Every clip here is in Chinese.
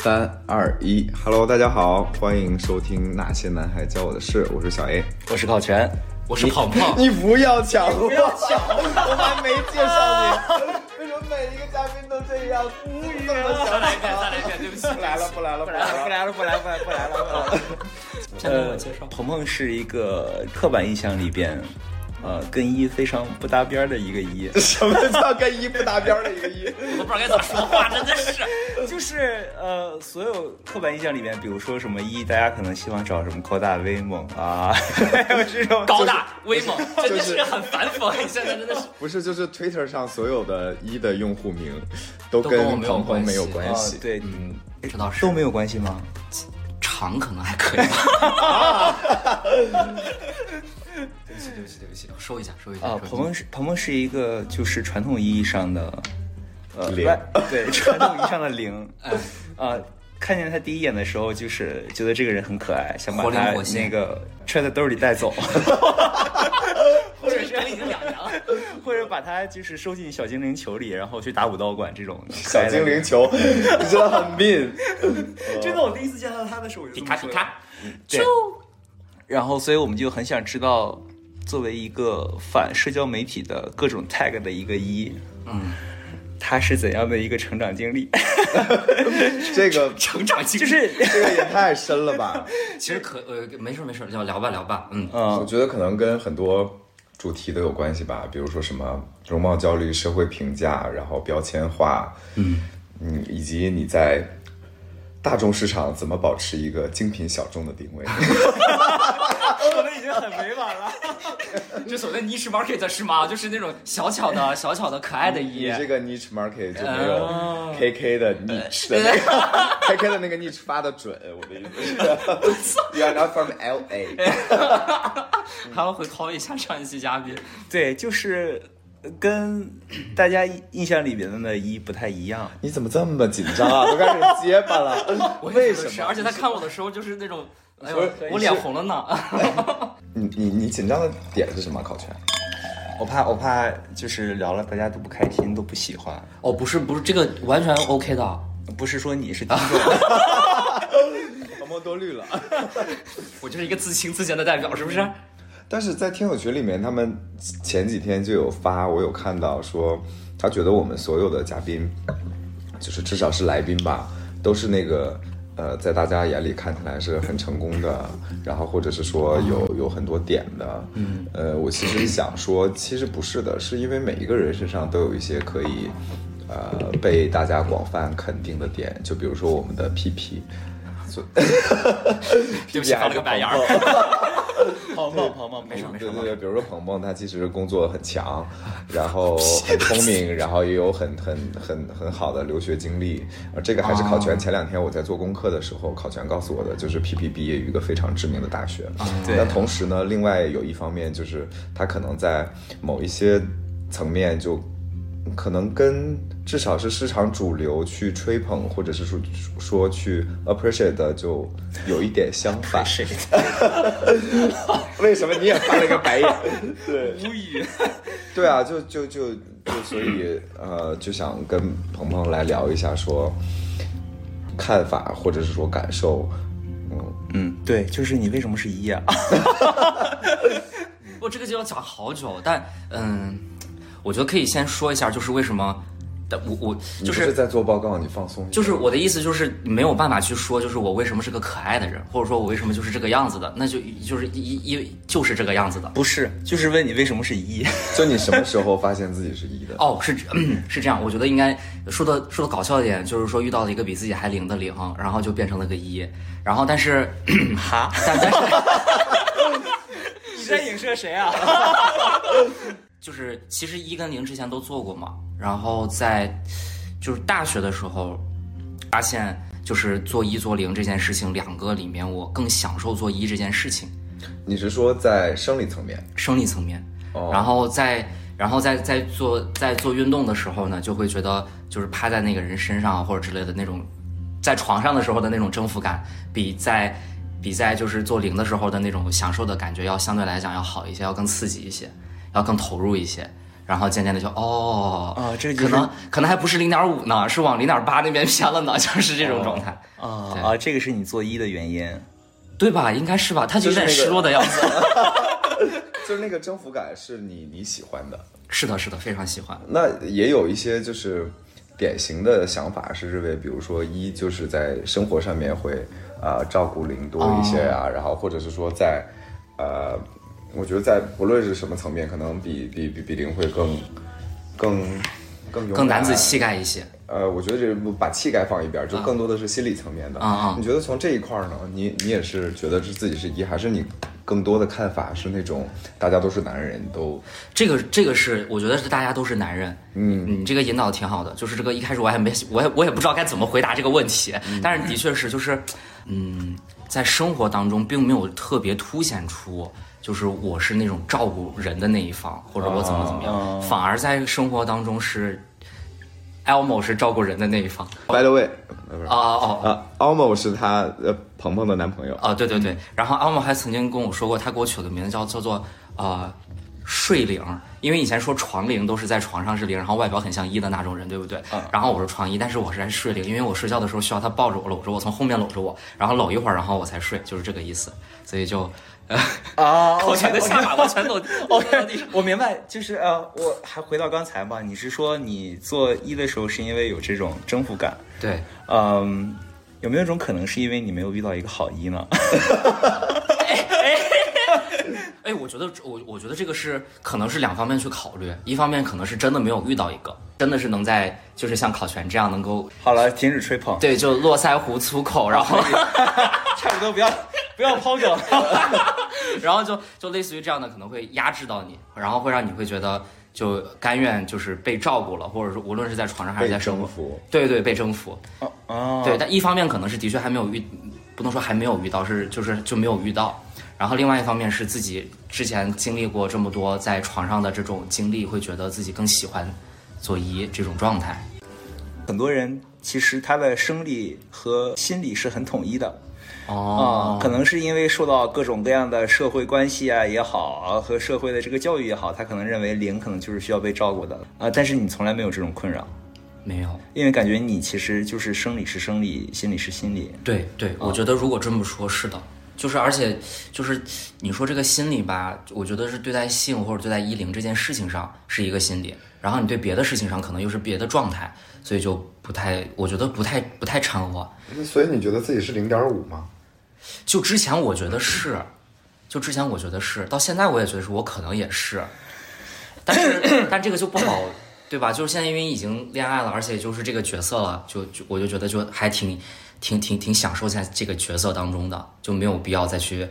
三二一，Hello，大家好，欢迎收听《那些男孩教我的事》，我是小 A。我是考全，我是胖胖， 你不要抢我！不要抢我！我还没介绍你， 为什么每一个嘉宾都这样？无语了，再来一遍，再来一遍，对不起，不来了，不来了，不来不了。来了，不来了，不来了，不来了，不来了。站给呃我介绍。鹏鹏是一个刻板印象里边，呃，跟一非常不搭边儿的一个一， 什么叫跟一不搭边儿的一个一？我都不知道该咋说话，真的是。 就是呃，所有刻板印象里面，比如说什么一，大家可能希望找什么高大威猛啊， 还有这 种高大威猛，真就的是是很反讽，你现在真的是。不是，就是 Twitter 上所有的一的用户名都都跟我跟没有鹏鹏没有关关啊系。对，嗯，这倒是都没有关系吗？长可能还可以吧。 对不起，对不起，对不起收一下，收一下。啊！收一下鹏鹏是鹏鹏是一个就是传统意义上的呃零外对 传统意义上的零，哎啊，看见他第一眼的时候，就是觉得这个人很可爱，想把活灵他活现那个揣在兜里带走。 这个梗已经两年了。或者把它就是收进小精灵球里，然后去打武道馆这种的。小精灵 球，你真的很命。真的，我第一次见到他的时候，我就皮卡皮卡，对。然后，所以我们就很想知道，作为一个反社交媒体的各种 tag 的一个一，嗯，他是怎样的一个成长经历？这个成长经历就是，这个也太深了吧？其实可呃没事没事，聊聊吧聊吧。嗯，我嗯，觉得可能跟很多主题都有关系吧，比如说什么容貌焦虑、社会评价，然后标签化，嗯嗯，以及你在大众市场怎么保持一个精品小众的定位。 我们已经很委婉了。这所谓 niche market 是吗？就是那种小巧的、小巧的、可爱的嗯你一。这个 niche market 就没有 KK 的 niche 的那对个 KK 的那个 niche 发的准，我的意思是 ，You are not from LA。还要回掏一下上一期嘉宾。 对，就是跟大家印象里边的一不太一样。你怎么这么紧张啊？都开始结巴了，我也为觉什得是么而？且他看我的时候就是那种，哎所以呦所以，我脸红了呢。你你你紧张的点是什么？考全？我怕，我怕就是聊了大家都不开心，都不喜欢。哦，不是不是，这个完全 OK 的。不是说你是听众。毛毛多虑了。我就是一个自轻自贱的代表，是不 是？但是在听友群里面，他们前几天就有发，我有看到说，他觉得我们所有的嘉宾，就是至少是来宾吧，都是那个呃，在大家眼里看起来是很成功的，然后或者是说有 有很多点的，嗯，呃，我其实想说，其实不是的，是因为每一个人身上都有一些可以。呃，被大家广泛肯定的点，就比如说我们的 PP，对不起，翻了个白眼儿。鹏鹏，鹏鹏，没事对对对，比如说鹏鹏，他其实工作很强，然 后很聪明，然后也有很很很很好的留学经历。呃，这个还是考哦全。前两天我在做功课的时候，考全告诉我的，就是 PP 毕业于一个非常知名的大学。啊对那同时呢，另外有一方面就是他可能在某一些层面就可能跟至少是市场主流去吹捧，或者是说说去 appreciate 的就有一点相反。为什么你也翻了个白眼？ 对，无 语。对啊，就就就就所以呃，就想跟鹏鹏来聊一下说看法或者是说感受，嗯，嗯，对，就是你为什么是一啊？我这个就要讲好久，但嗯，我觉得可以先说一下，就是为什么，但我我你不就是是在做报告，你放松一下，就是我的意思就是没有办法去说，就是我为什么是个可爱的人，或者说我为什么就是这个样子的，那就就是一一就是这个样子的。不是，就是问你为什么是一。就你什么时候发现自己是一的？哦，是是这样， 我觉得应该说的说的搞笑一点，就是说遇到了一个比自己还零的零，然后就变成了个一，然后但是 哈，但但是 你在影射谁啊？就是其实一跟零之前都做过嘛，然后在就是大学的时候发现，就是做一做零这件事情，两个里面我更享受做一这件事情，你是说在生理层面？生理层面，哦然后在然后在在做在做运动的时候呢，就会觉得就是趴在那个人身上啊或者之类的那种，在床上的时候的那种征服感，比在比在就是做零的时候的那种享受的感觉要相对来讲要好一些，要更刺激一些，要更投入一些。然后渐渐的就哦，啊这个就可是能可能还不是零点五呢，是往零点八那边偏了呢， 就是这种状态，哦啊对啊，这个是你做一的原因。对吧？应该是吧？他就有就是那点个失落的样子。就是那个征服感是你你喜欢的， 是的，是的，非常喜欢。那也有一些就是典型的想法是认为，比如说一就是在生活上面会啊、呃照顾零多一些啊，哦然后或者是说在呃，我觉得在不论是什么层面，可能比比比比零会更更更勇更男子敢啊气概一些。呃，我觉得这不把气概放一边儿，就更多的是心理层面的。啊啊你觉得从这一块儿呢，你你也是觉得是自己是一，还是你更多的看法是那种大家都是男人都这个这个是我觉得是大家都是男人，嗯，你这个引导挺好的，就是这个一开始我还没我也我也不知道该怎么回答这个问题，嗯但是的确是就是，嗯，在生活当中并没有特别凸显出。就是我是那种照顾人的那一方，或者我怎么怎么样，哦反而在生活当中是，Elmo 是照顾人的那一方。 ？By the way，呃不是哦哦哦啊，Almo 是她呃鹏鹏的男朋友，哦，对对嗯对。然后阿莫还曾经跟我说过，他给我取的名字叫叫做呃睡灵，因为以前说床灵都是在床上是灵，然后外表很像一的那种人，对不对？嗯然后我说床一，但是我是在睡灵，因为我睡觉的时候需要他抱着我搂着我，从后面搂着我，然后搂一会儿，然后我才睡，就是这个意思。所以就呃 啊我全都下马，我全都 OK，我明白，就是呃，我还回到刚才嘛，你是说你做一的时候是因为有这种征服感，对。嗯，有没有一种可能是因为你没有遇到一个好一呢？ 哎，我觉得我我觉得这个是可能是两方面去考虑，一方面可能是真的没有遇到一个，真的是能在就是像考全这样能够好了，停止吹捧，对就络腮胡粗口，然后 差不多不要不要抛梗。然后就就类似于这样的，可能会压制到你，然后会让你会觉得就甘愿就是被照顾了，或者说无论是在床上还是被在生征活，服。对对，被征服。哦，对，但一方面可能是的确还没有遇，不能说还没有遇到，是就是就没有遇到。然后另外一方面是自己之前经历过这么多在床上的这种经历，会觉得自己更喜欢佐伊这种状态。很多人其实他的生理和心理是很统一的。啊、哦，可能是因为受到各种各样的社会关系啊也好啊，和社会的这个教育也好，他可能认为零可能就是需要被照顾的啊、但是你从来没有这种困扰，没有。因为感觉你其实就是生理是生理，心理是心理。对对，我觉得如果这么说，是的，就是而且就是你说这个心理吧，我觉得是对待性或者对待依零这件事情上是一个心理，然后你对别的事情上可能又是别的状态，所以就不太，我觉得不太不太掺和。所以你觉得自己是零点五吗？就之前我觉得是，就之前我觉得是，到现在我也觉得是我可能也是，但是但这个就不好，对吧？就是现在因为已经恋爱了，而且就是这个角色了，就就我就觉得就还挺挺挺挺享受在这个角色当中的，就没有必要再去。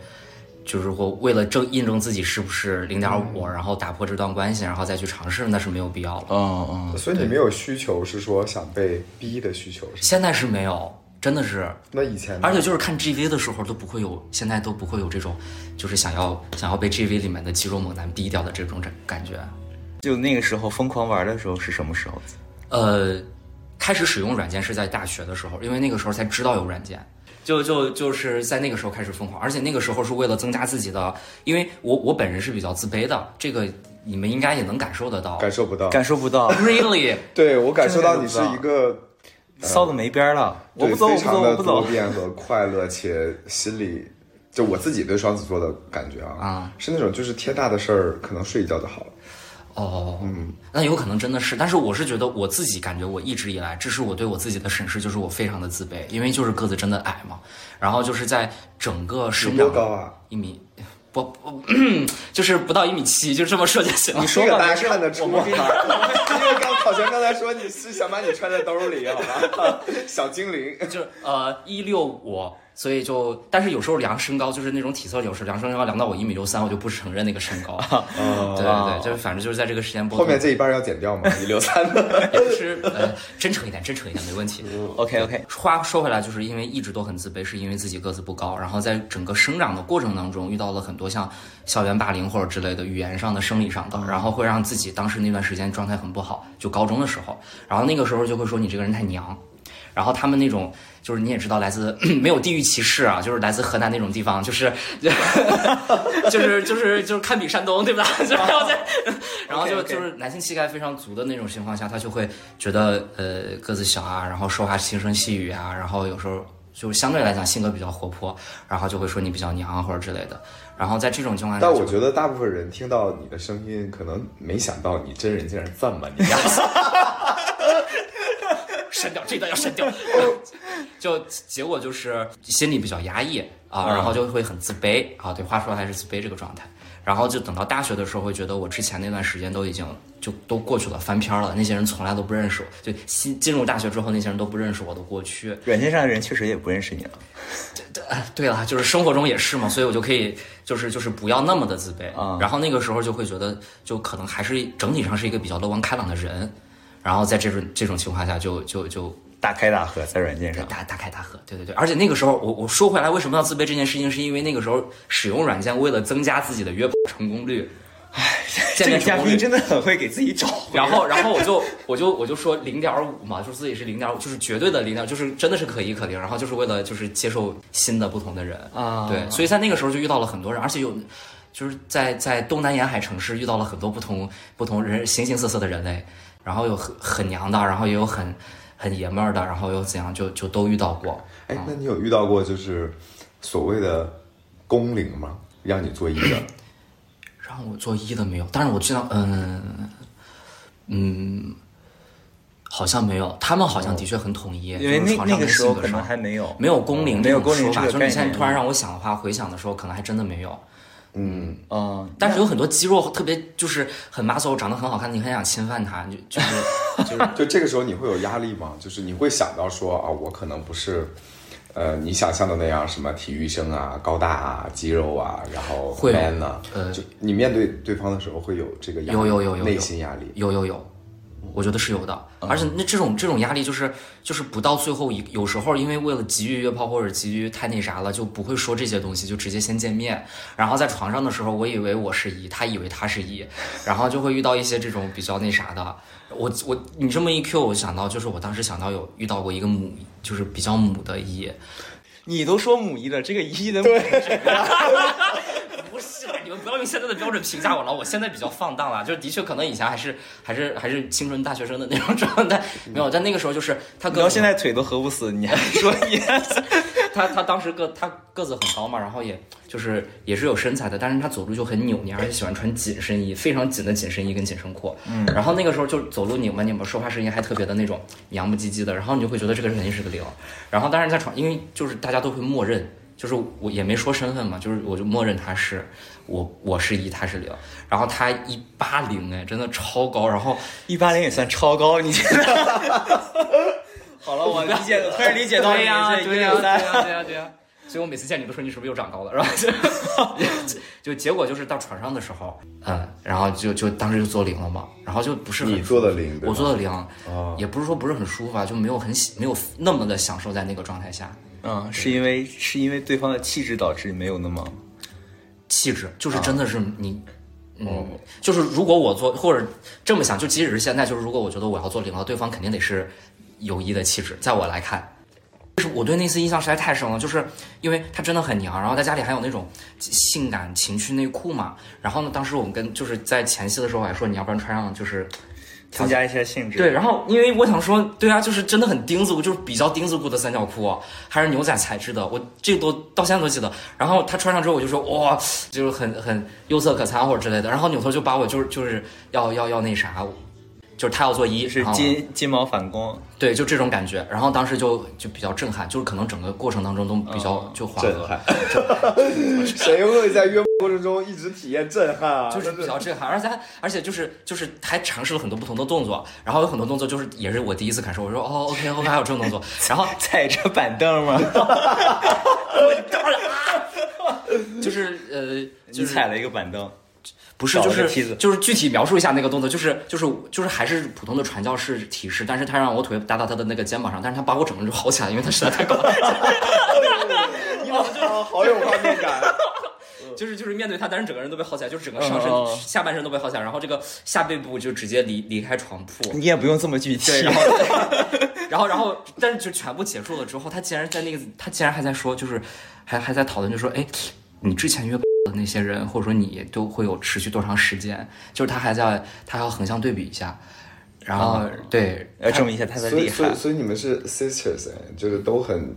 就是我为了证印证自己是不是零点五，然后打破这段关系，然后再去尝试，那是没有必要了。哦哦，所以你没有需求是说想被逼的需求是吗？现在是没有，真的是那以前呢而且就是看 GV 的时候都不会有，现在都不会有这种，就是想要想要被 GV 里面的肌肉猛男逼掉的这种感感觉。就那个时候疯狂玩的时候是什么时候？呃，开始使用软件是在大学的时候，因为那个时候才知道有软件，就就就是在那个时候开始疯狂，而且那个时候是为了增加自己的，因为我我本人是比较自卑的，这个你们应该也能感受得到。感受不到，感受不到， Really，对我感受到你是一个骚的没边儿了。我对不走，我非不走，常我的不多走。变和快乐且心里。就我自己对双子座的感觉啊，啊是那种就是天大的事儿，可能睡一觉就好了。哦，嗯，那有可能真的是，但是我是觉得我自己感觉我一直以来，这是我对我自己的审视，就是我非常的自卑，因为就是个子真的矮嘛，然后就是在整个生你长多高啊？一米不不，嗯就是不到一米七，就这么说就行了。这个大家看得出 啊，因为刚考前刚才说你是想把你揣在兜里，好吧？小精灵，就是呃一六五，所以就但是有时候量身高，就是那种体测有时量身高量到我一米六三，我就不承认那个身 高。对对对，就是反正就是在这个时间波后动面这一半要剪掉 吗？你留三的。也不 是呃真诚一点，真诚一点没问题。 OK OK，话说回来，就是因为一直都很自卑，是因为自己个子不高，然后在整个生长的过程当中遇到了很多像校园霸凌或者之类的语言上的、生理上的，然后会让自己当时那段时间状态很不好，就高中的时候，然后那个时候就会说你这个人太娘，然后他们那种就是你也知道，来自 没有地域歧视啊，就是来自河南那种地方，就是 就是就是就是堪比山东，对吧？ 就是然后在然后就 OK，OK 就是男性气概非常足的那种情况下，他就会觉得呃个子小啊，然后说话轻声细语啊，然后有时候就相对来讲性格比较活泼，然后就会说你比较娘啊或者之类的。然后在这种情况下但就会，我觉得大部分人听到你的声音，可能没想到你真人竟然这么娘。 删掉这段要删掉， 就结果就是心里比较压抑啊，然后就会很自卑啊。对，话说还是自卑这个状态。然后就等到大学的时候，会觉得我之前那段时间都已经就都过去了，翻篇了。那些人从来都不认识我，就新进入大学之后，那些人都不认识我的过去。 软件上的人确实也不认识你了。对了，就是生活中也是嘛，所以我就可以就是就是不要那么的自卑啊然后那个时候就会觉得，就可能还是整体上是一个比较乐观开朗的人。然后在这种这种情况下就就就大开大合在软件上，大大开大合，对对对，而且那个时候我我说回来，为什么要自卑这件事情，是因为那个时候使用软件为了增加自己的约炮成功率，唉，这见面个嘉成功宾率。真的很会给自己找回来。然后，然后我就我就我就说零点五嘛，就自己是零点五，就是绝对的零点，就是真的是可一可零。然后就是为了就是接受新的不同的人啊对，所以在那个时候就遇到了很多人，而且有就是在在东南沿海城市遇到了很多不同不同人形形色色的人类，然后有很很娘的，然后也有很很爷们儿的，然后有怎样就就都遇到过。哎，那你有遇到过就是所谓的工龄吗？让你做一 个，让我做一的没有，但是我知道，嗯嗯，好像没有，他们好像的确很统一，哦因为那就是床那上个跟时候性格可能上还没有没有工龄没这有种工龄这说法，个就是概你现在念。突然让我想的话，回想的时候可能还真的没有。嗯，嗯，但是有很多肌肉特别就是很 muscle 长得很好看，你很想侵犯他，你就就是就是就这个时候你会有压力吗？就是你会想到说啊，我可能不是，呃，你想象的那样，什么体育生啊、高大啊、肌肉啊，然后会有 man 啊，呃就你面对对方的时候会有这个压力，有有有有有内心压力，有有有，我觉得是有的。而且那这种这种压力就是就是不到最后一，有时候因为为了急于约炮或者急于太那啥了，就不会说这些东西，就直接先见面。然后在床上的时候，我以为我是一，他以为他是一，然后就会遇到一些这种比较那啥的。我我你这么一 Q，我想到就是我当时想到有遇到过一个母，就是比较母的一，你都说母一了，这个一的母 不是，你们不要用现在的标准评价我了，我现在比较放荡了，就是的确可能以前还是还是还是青春大学生的那种状态，没有，但那个时候就是他你到个现在腿都合不死，你还说你 他他当时个他个子很高嘛，然后也就是也是有身材的，但是他走路就很扭捏，而且喜欢穿紧身衣，非常紧的紧身衣跟紧身裤。嗯，然后那个时候就走路拧巴拧巴，说话声音还特别的那种娘不唧唧的，然后你就会觉得这个人肯定是个零。然后但是在床，因为就是大家都会默认，就是我也没说身份嘛，就是我就默认他是我我是一，他是零。然后他一八零哎，真的超高，然后一八零也算超高，你觉得？好了，我理解，我突然理解到你对呀、这一对呀、六对呀、三。对呀、对呀、所以我每次见你都说你是不是又长高了，然后就 就就结果就是到床上的时候，嗯，然后就就当时就做零了嘛，然后就不是很你做的零，对哦我吗做的零，也不是说不是很舒服啊，就没有很喜没有那么的享受在那个状态下。嗯，是因为是因为对方的气质导致没有那么气质，就是真的是你。嗯，就是如果我做，或者这么想，就即使是现在，就是如果我觉得我要做领导，对方肯定得是有一的气质，在我来看，就是我对那次印象实在太深了，就是因为她真的很娘，然后在家里还有那种性感情趣内裤嘛，然后呢，当时我们跟就是在前戏的时候我还说，你要不然穿上就是增加一些性质。对，，然后因为我想说，对啊，就是真的很钉子裤，就是比较钉子裤的三角裤，还是牛仔材质的，我这都到现在都记得。然后他穿上之后，我就说哇，就是很很釉色可餐或者之类的。然后扭头就把我就是就是要要要那啥，就是他要做一，是啊金金毛反攻，对，就这种感觉。然后当时就就比较震撼，就是可能整个过程当中都比较就缓和， 谁会在约会过程中一直体验震撼啊？就是比真的较震撼，而且还而且就是就是还尝试了很多不同的动作，然后有很多动作就是也是我第一次感受，我说哦 OK OK 还有这种动作，然后 踩着板凳 吗？就是呃，你就是踩了一个板凳。不是找就了个梯子是就是具体描述一下那个动作，就是就是就是还是普通的传教士体式，但是他让我腿搭到他的那个肩膀上，但是他把我整个人就薅起来，因为他实在太 高了，啊好有画面 感。就是就是面对他，但是整个人都被薅起来，就是整个上身、嗯嗯嗯下半身都被薅起来，然后这个下背部就直接离离开床铺。你也不用这么具体对，然后然后然后但是就全部结束了之后，他竟然在那个他竟然还在说，就是还还在讨论，就说哎，你之前约炮的那些人，或者说你都会有持续多长时间，就是他还在他还要横向对比一下，然后、哦对， 要证明一下他的所厉以，所害以，。所以你们是 sisters，哎就是都很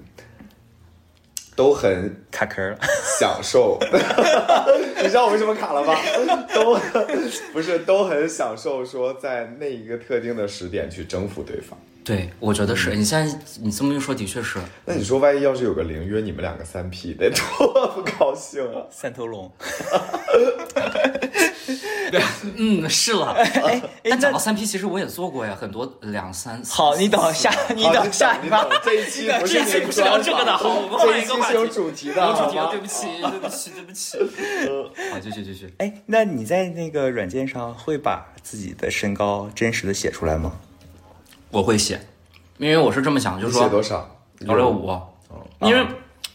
都很卡壳了，享受。 你知道我为什么卡了吧？都不是都很享受，说在那一个特定的时点去征服对方。对，我觉得是你现在你这么一说，的确是。那你说，万一要是有个零约，你们两个三 P，得多不高兴啊！三头 龙。嗯，是了。 但讲哎那到三 P，其实我也做过呀，很多两三。好，你等下，你等下一啊你把懂。这一期不是这一期不是聊这个的好我们换这一一个期话是题有主题的，有主题好了，吗对不起，对不起，对 不起。好，继续继续。哎，那你在那个软件上会把自己的身高真实的写出来吗？我会写，因为我是这么想，就你是写说多少？幺六五，因为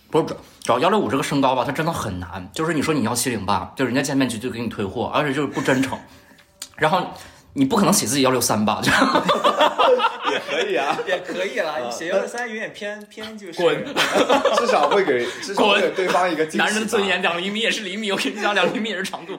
不是找找幺六五这个身高吧，它真的很难。就是你说你要七零八，就人家见面就就给你退货，而且就是不真诚。 然后你不可能写自己幺六三吧？就也可以啊，也可以啦，你写幺六三有点 偏偏就是滚至少会给至少会给滚对方一个惊喜。 男人的尊。严，两厘米也是厘米，我跟你讲，两厘米也是长度。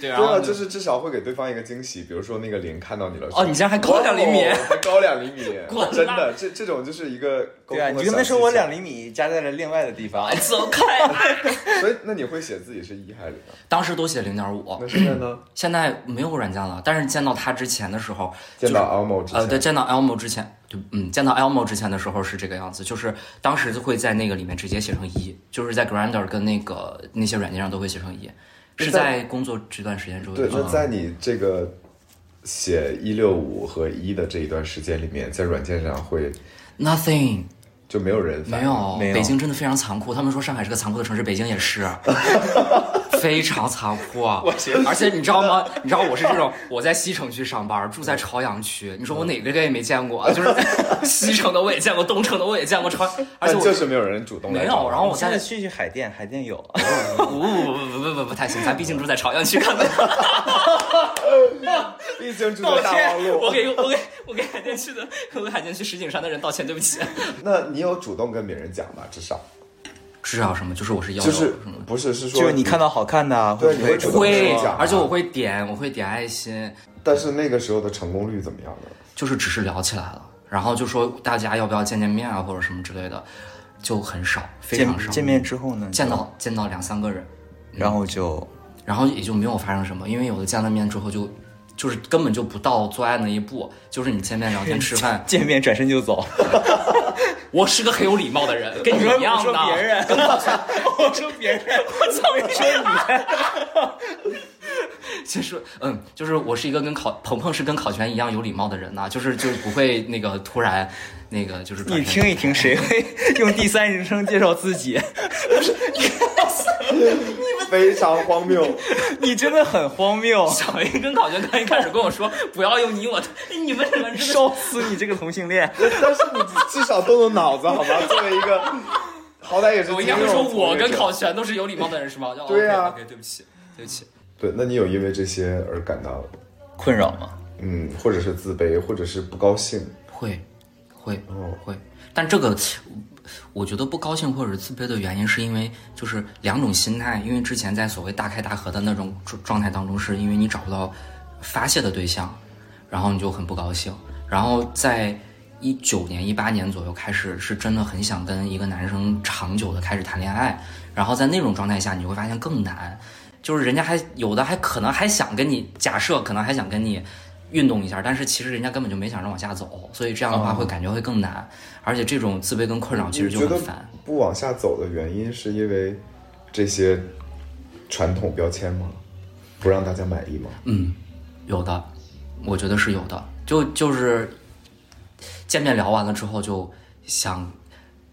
对啊，对啊，就是至少会给对方一个惊喜，比如说那个零看到你了，哦，你竟然还高两厘米。哦还高两 厘米滚，真啦的，这这种就是一个沟通对啊，的你跟他小说技我巧两厘米加在了另外的地 方，走哎开！啊所以那你会写自己是一还是零 啊？ 当时都写零点五那，现在 呢？现在没有软件了。但是见到他之前的时候，见到 Elmo 之呃，对，前，见到 Elmo 之前，就嗯，见到 Elmo 之前的时候是这个样子，就是当时就会在那个里面直接写成一，就是在 Grander 跟那个那些软件上都会写成一，是在工作这段时间之后。对，啊那嗯在你这个写一六五和一的这一段时间里面，在软件上会 Nothing 就没有人反没应有，没有北京真的非常残酷。他们说上海是个残酷的城市，北京也是，非常残酷。而且你知道吗？你知道我是这种，我在西城区上班，住在朝阳区。你说我哪个 gay 没见过啊？就是西城的我也见过，东城的我也见过，朝而且但我就是没有人主动来没找有。然后我现在在去去海淀，海淀有。不不不不不不太行，咱毕竟住在朝阳区，看不到。毕竟住道在大望歉，我路，给我给我给海淀区的我给海淀区石景山的人道歉，对不起。那你有主动跟别人讲吧，至少至少什么？就是我是幺就六是什么的。不是是说就是你看到好看的啊，对会不会你会主动主会动讲啊，而且我会点，我会点爱心，但是那个时候的成功率怎么样呢？就是只是聊起来了，然后就说大家要不要见见面啊，或者什么之类的，就很少，非常见少。见面之后呢？见嗯到见到两三个人，然后就，然后也就没有发生什么，因为有的见了面之后就就是根本就不到做爱那一步，就是你见面聊天吃饭 见面转身就走。我是个很有礼貌的人， 跟你一样的。人， 我说别人， 我操，你说就是嗯，就是我是一个跟考鹏鹏是跟考全一样有礼貌的人呐、就是就是不会那个突然那个就是你，转你身听一听，谁会用第三人称介绍自己？ 非常荒谬，你真的很荒谬，小 A 跟考全刚一开始跟我说不要用你我，你们两个真的烧死你这个同性恋！但是你至少动动脑子好吗？作为一个，好歹也是我应金该会融说从我业跟者考全都是有礼貌的 人是吗？对啊 o k 对不起，对不起。对，那你有因为这些而感到困扰吗？嗯，或者是自卑，或者是不高兴？会，会哦，会。但这个，我觉得不高兴或者自卑的原因，是因为就是两种心态。因为之前在所谓大开大合的那种状状态当中，是因为你找不到发泄的对象，然后你就很不高兴。然后在一九年、一八年左右开始，是真的很想跟一个男生长久的开始谈恋爱。然后在那种状态下，你会发现更难。就是人家还有的还可能还想跟你假设，可能还想跟你运动一下，但是其实人家根本就没想着往下走，所以这样的话会感觉会更难，而且这种自卑跟困扰其实你就觉得很烦。不往下走的原因是因为这些传统标签吗？不让大家满意吗？嗯，有的，我觉得是有的。就就是见面聊完了之后，就想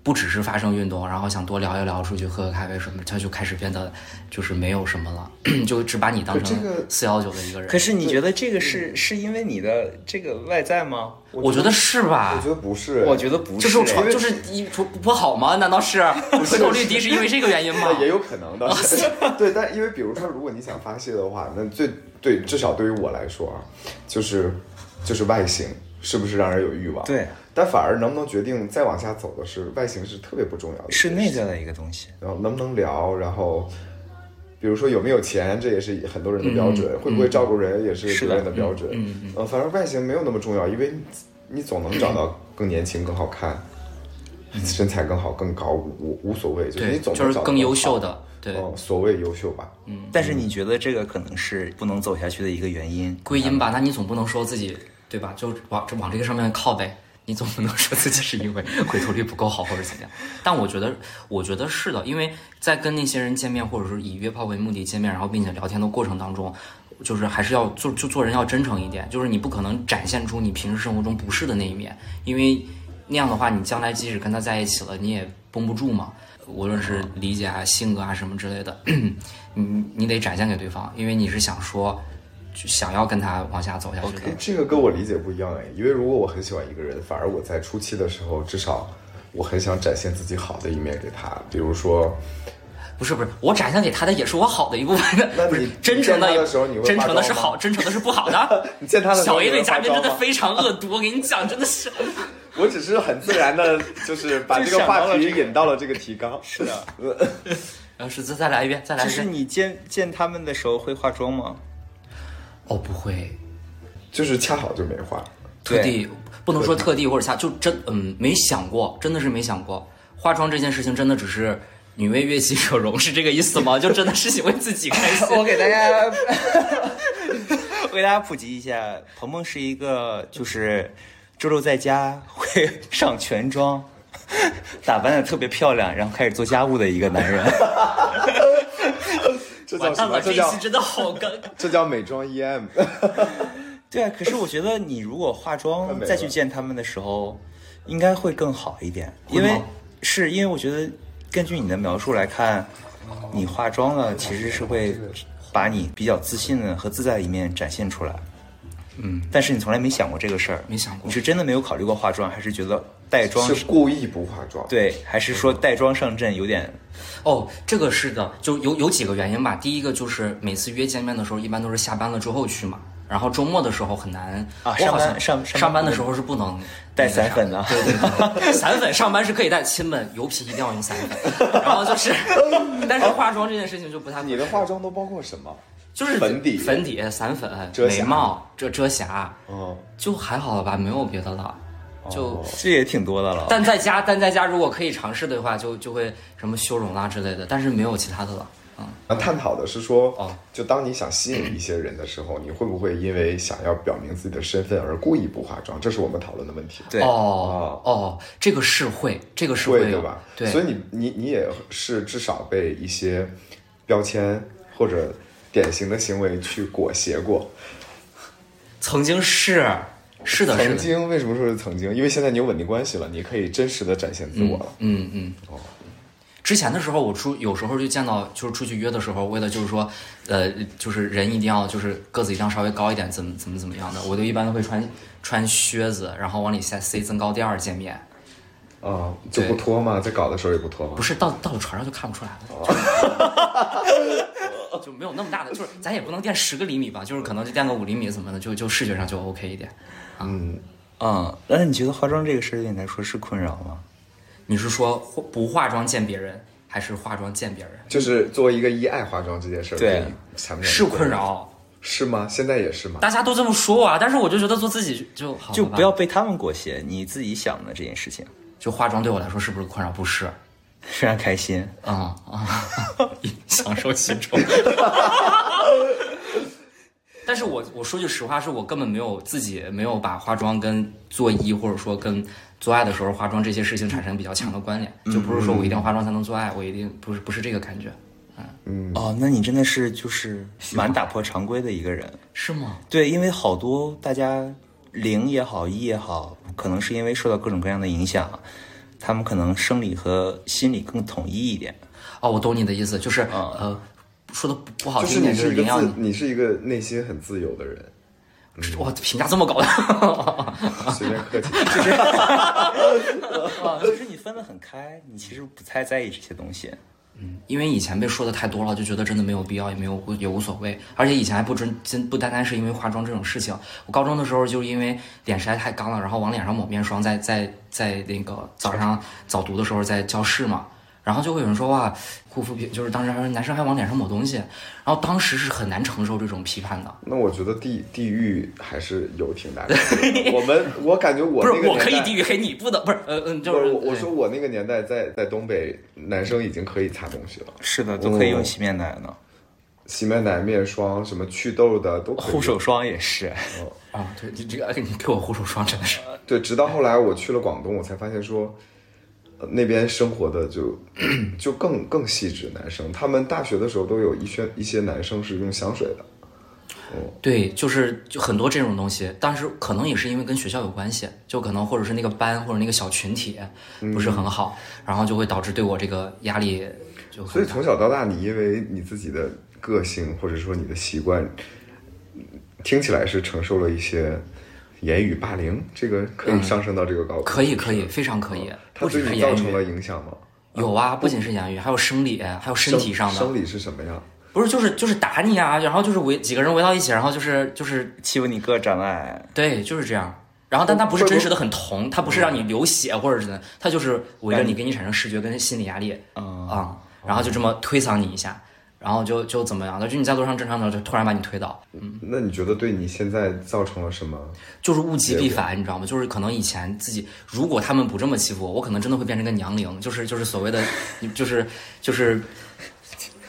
不只是发生运动，然后想多聊一聊，出去喝个咖啡什么，他就开始变得就是没有什么了，就只把你当成可这个四幺九的一个人。可是你觉得这个是是因为你的这个外在吗？我觉得是吧？我觉得不是，我觉得不就是是哎，传就是一不不好吗？难道是回头率低是因为这个原因吗那？也有可能哦 的。对，但因为比如说，如果你想发泄的话，那最对，至少对于我来说啊，就是就是外形是不是让人有欲望？对，但反而能不能决定再往下走的是外形是特别不重要的，是内在的一个东西。然后能不能聊，然后比如说有没有钱，这也是很多人的标准，嗯会不会照顾人也是是别的人的标准。嗯嗯反正外形没有那么重要，因为你你总能找到更年轻、更好看、身材更好、更高，无无所谓，就是你嗯对，总就能是找到更优秀的。的，对，嗯，所谓优秀吧，嗯但是你觉得这个可能是不能走下去的一个原因？归因吧。那你总不能说自己对吧？就往就往这个上面靠呗。你总不能说自己是因为回头率不够好或者怎么样。但我觉得，我觉得是的，因为在跟那些人见面，或者是以约炮为目的见面，然后并且聊天的过程当中，就是还是要做就做人要真诚一点，就是你不可能展现出你平时生活中不是的那一面，因为那样的话，你将来即使跟他在一起了，你也绷不住嘛。无论是理解啊、性格啊什么之类的，你你得展现给对方，因为你是想说，就想要跟他往下走下去的。哎这个跟我理解不一样哎，因为如果我很喜欢一个人，反而我在初期的时候，至少我很想展现自己好的一面给他，比如说，不是不是，我展现给他的也是我好的一部分那 不是你真诚见他的的时候你会真诚的是化妆吗好，真诚的是不好的 。你见他的时候小 A 你会类嘉化宾真的妆吗非常恶毒，我跟你讲，真 的是。 我只是很自然的，就是把这个话题引到了这个提纲。是的， 然后是再呃再来一遍，再来就一是遍。你见见他们的时候会化妆吗？哦，不会，就是恰好就没话。特对地不能说特地或者下，就真嗯没想过，真的是没想过化妆这件事情，真的只是女为悦己者容，是这个意思吗？就真的是因为自己 开心。 我给大家，我给大家普及一下，鹏鹏是一个就是周六在家会上全妆，打扮的特别漂亮，然后开始做家务的一个男人。这叫完什蛋么？了，这这一叫期真的好尴尬。这叫美妆 E EM。对啊，可是我觉得你如果化妆再去见他们的时候，应该会更好一点，因为是因为我觉得根据你的描述来看，你化妆了其实是会把你比较自信的和自在的一面展现出来。嗯，但是你从来没想过这个事儿，没想过你是真的没有考虑过化妆，还是觉得带妆是故意不化妆。，对，还是说带妆上阵有点哦，这个是的，就有有几个原因吧。第一个就是每次约见面的时候，一般都是下班了之后去嘛，然后周末的时候很难。啊我好上班像上上上班的时候是不能带那个啥散粉的对对对，散粉上班是可以带，亲们油皮一定要用散粉。然后就是，但是化妆这件事情就不太你的化妆都包括什么？就是粉底粉底、散粉、遮瑕眉毛、遮遮瑕，嗯，就还好了吧，没有别的了，就。这也挺多的了。但在家，但在家如果可以尝试的话，就就会什么修容啊啦之类的，但是没有其他的了。然后探讨的是说，哦就当你想吸引一些人的时候，你会不会因为想要表明自己的身份而故意不化妆？这是我们讨论的问题。对哦哦，这个是会，这个是对会啊对有吧？对，所以你你你也是至少被一些标签或者典型的行为去裹挟过。曾经是是的，是曾的，经为什么说是曾经？因为现在你有稳定关系了，你可以真实的展现自我了。嗯嗯。之前的时候，我出有时候就见到，就是出去约的时候，为了就是说，呃，就是人一定要就是个子一定要稍微高一点，怎么怎么怎么样的，我就一般会穿穿靴子，然后往里塞塞增高垫儿见面，啊、就不脱吗？在搞的时候也不脱吗不？是到到了船上就看不出来了。哦 就就没有那么大的，就是咱也不能垫十个厘米吧，就是可能就垫个五厘米什么的，就就视觉上就 OK 一点。嗯，但是你觉得化妆这个事儿对你来说是困扰吗？你是说化不化妆见别人，还是化妆见别人？就是作为一个一爱化妆这件事儿，对对你产不产是困扰，是吗？现在也是吗？大家都这么说啊，但是我就觉得做自己就好了吧，就不要被他们裹挟，你自己想的这件事情，就化妆对我来说是不是困扰？不是，非常开心。啊、啊， 享受其中。 但是我我说句实话，是我根本没有自己没有把化妆跟做医或者说跟做爱的时候化妆这些事情产生比较强的关联，就不是说我一定要化妆才能做爱，我一定不是不是这个感觉，哦，那你真的是就是蛮打破常规的一个人。是吗？对，因为好多大家零也好，一也好，可能是因为受到各种各样的影响，他们可能生理和心理更统一一 点。哦，我懂你的意思，就是、呃，说的不不好嗯就听是一你一点，就是是个人要自你，，你是一个内心很自由的人，哇，评价这么高的， 随便客气。 哦就是你分得很开，你其实不太在意这些东西。嗯，因为以前被说的太多了，就觉得真的没有必要，也没有也无所谓。而且以前还不真真不单单是因为化妆这种事情，我高中的时候就是因为脸实在太干了，然后往脸上抹面霜，在在在那个早上早读的时候在教室嘛，然后就会有人说哇，护肤品就是当时还说男生还往脸上抹东西，然后当时是很难承受这种批判的。那我觉得地地域还是有挺难的。我们我感觉我不是那个我可以年代地域黑你，不能不是呃嗯就不是是我我说我那个年代在在东北，男生已经可以擦东西了，是的，都可以用洗面奶呢，洗面奶、面霜、什么祛痘的都可以。护手霜也是。啊对你这个你给我护手霜真的是对，直到后来我去了广东，我才发现说，呃那边生活的就 就更更细致。男生他们大学的时候都有一些一些男生是用香水的，对，就是就很多这种东西，但是可能也是因为跟学校有关系，就可能或者是那个班或者那个小群体嗯不是很好，然后就会导致对我这个压力就所以很大。从小到大，你因为你自己的个性或者说你的习惯，听起来是承受了一些言语霸凌，这个可以上升到这个高度。嗯可以可以，非常可以，哦它不对只是你造言成了语，影响吗？有啊，不仅是言语，还有生理，还有身体上的生，理是什么样？不是就是就是打你啊，然后就是围几个人围到一起，然后就是就是欺负你个长得矮，对，就是这样。然后，但它不是真实的很疼，它不是让你流血或者是怎么，它就是围着你，给你产生视觉跟心理压力啊、然后就这么推搡你一下，然后就就怎么样的，就你在路上正常走，就突然把你推倒，那你觉得对你现在造成了什么？就是物极必反，你知道吗？就是可能以前自己，如果他们不这么欺负我，我可能真的会变成个娘龄，就是就是所谓的，就是就是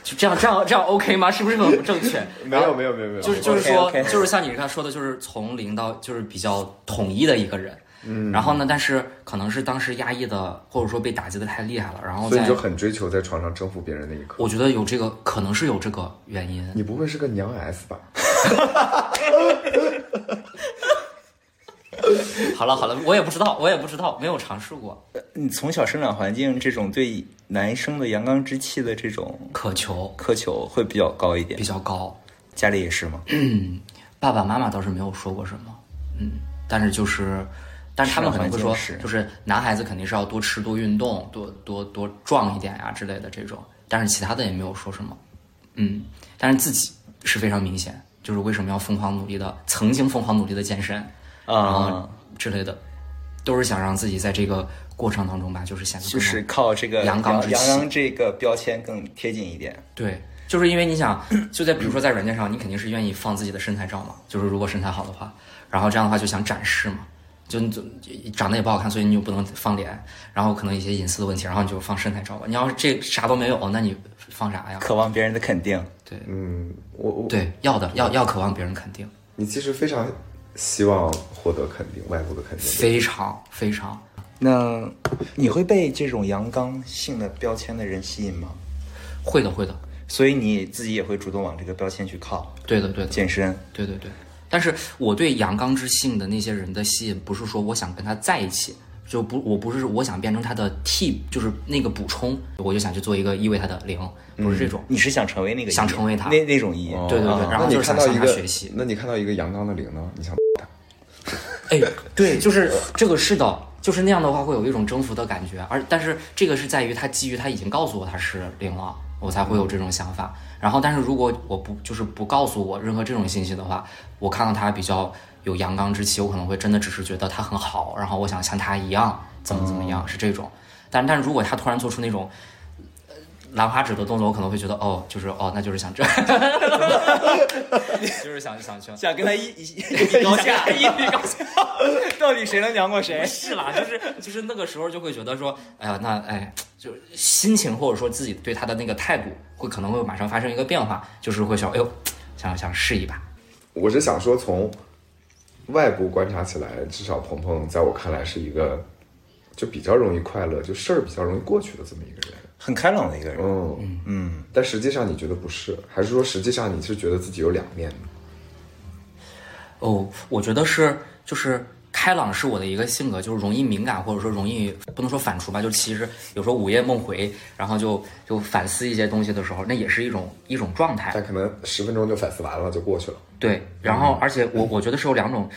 就这样这样这样 OK 吗？是不是很不正确？没有没有没有没有，就是就是说 OK，OK 就是像你刚才说的，就是从零到就是比较统一的一个人。嗯，然后呢？但是可能是当时压抑的，或者说被打击的太厉害了，然后所以你在就很追求在床上征服别人那一刻。我觉得有这个，可能是有这个原因。 你不会是个娘 S 吧？好了好了，我也不知道，我也不知道，没有尝试过。你从小生长环境这种对男生的阳刚之气的这种渴求苛求会比较高一点比。较高，家里也是吗？爸爸妈妈倒是没有说过什么，嗯，但是就是，但是他们可能会说是，就是男孩子肯定是要多吃多运动，多多多壮一点呀、之类的这种，但是其他的也没有说什么，嗯，但是自己是非常明显，就是为什么要疯狂努力的，曾经疯狂努力的健身然后啊，之类的，都是想让自己在这个过程当中吧，就是显得就更是靠这个阳刚之气嗯阳刚这个标签更贴近一点。对，就是因为你想，就在比如说在软件上，你肯定是愿意放自己的身材照嘛，就是如果身材好的话，然后这样的话就想展示嘛，就你就长得也不好看，所以你就不能放脸，然后可能一些隐私的问题，然后你就放身材照吧。你要是这啥都没有，那你放啥呀？渴望别人的肯定，对嗯，我我对，要的要要渴望别人肯定，你其实非常希望获得肯定，外部的肯定。非常非常。那你会被这种阳刚性的标签的人吸引吗？会的，会的，所以你自己也会主动往这个标签去靠，对的，对的。健身。对对对，但是我对阳刚之性的那些人的吸引，不是说我想跟他在一起，就不我不是我想变成他的替，就是那个补充，我就想去做一个依偎他的零，不是这种。你是想成为那个 E，想成为他哦那那种 E，、对对对啊然后那你就是看想到向一他个学习那你看到一个阳刚的零呢？你想哎，对，就是这个是的，就是那样的话会有一种征服的感觉，而但是这个是在于他基于他已经告诉我他是零了，我才会有这种想法。然后，但是如果我不就是不告诉我任何这种信息的话，我看到他比较有阳刚之气，我可能会真的只是觉得他很好，然后我想像他一样怎么怎么嗯样，是这种。但但如果他突然做出那种。呃兰花指的动作，我可能会觉得哦，就是哦，那就是想 这， 就是想想去想跟他一一 一高下，一比高下。到底谁能凉过谁不？是啦，就是就是那个时候就会觉得说，哎呀，那哎，就是心情或者说自己对他的那个态度，会可能会马上发生一个变化，就是会想，哎呦，想想试一把。我是想说，从外部观察起来，至少鹏鹏在我看来是一个就比较容易快乐，就事儿比较容易过去的这么一个人。 很开朗的一个人，哦嗯嗯，但实际上你觉得不是，还是说实际上你是觉得自己有两面的？哦，我觉得是就是。开朗是我的一个性格，就是容易敏感，或者说容易不能说反刍吧，就其实有时候午夜梦回，然后就就反思一些东西的时候，那也是一种一种状态。但可能十分钟就反思完了就过去了。嗯对，然后而且我我觉得是有两种，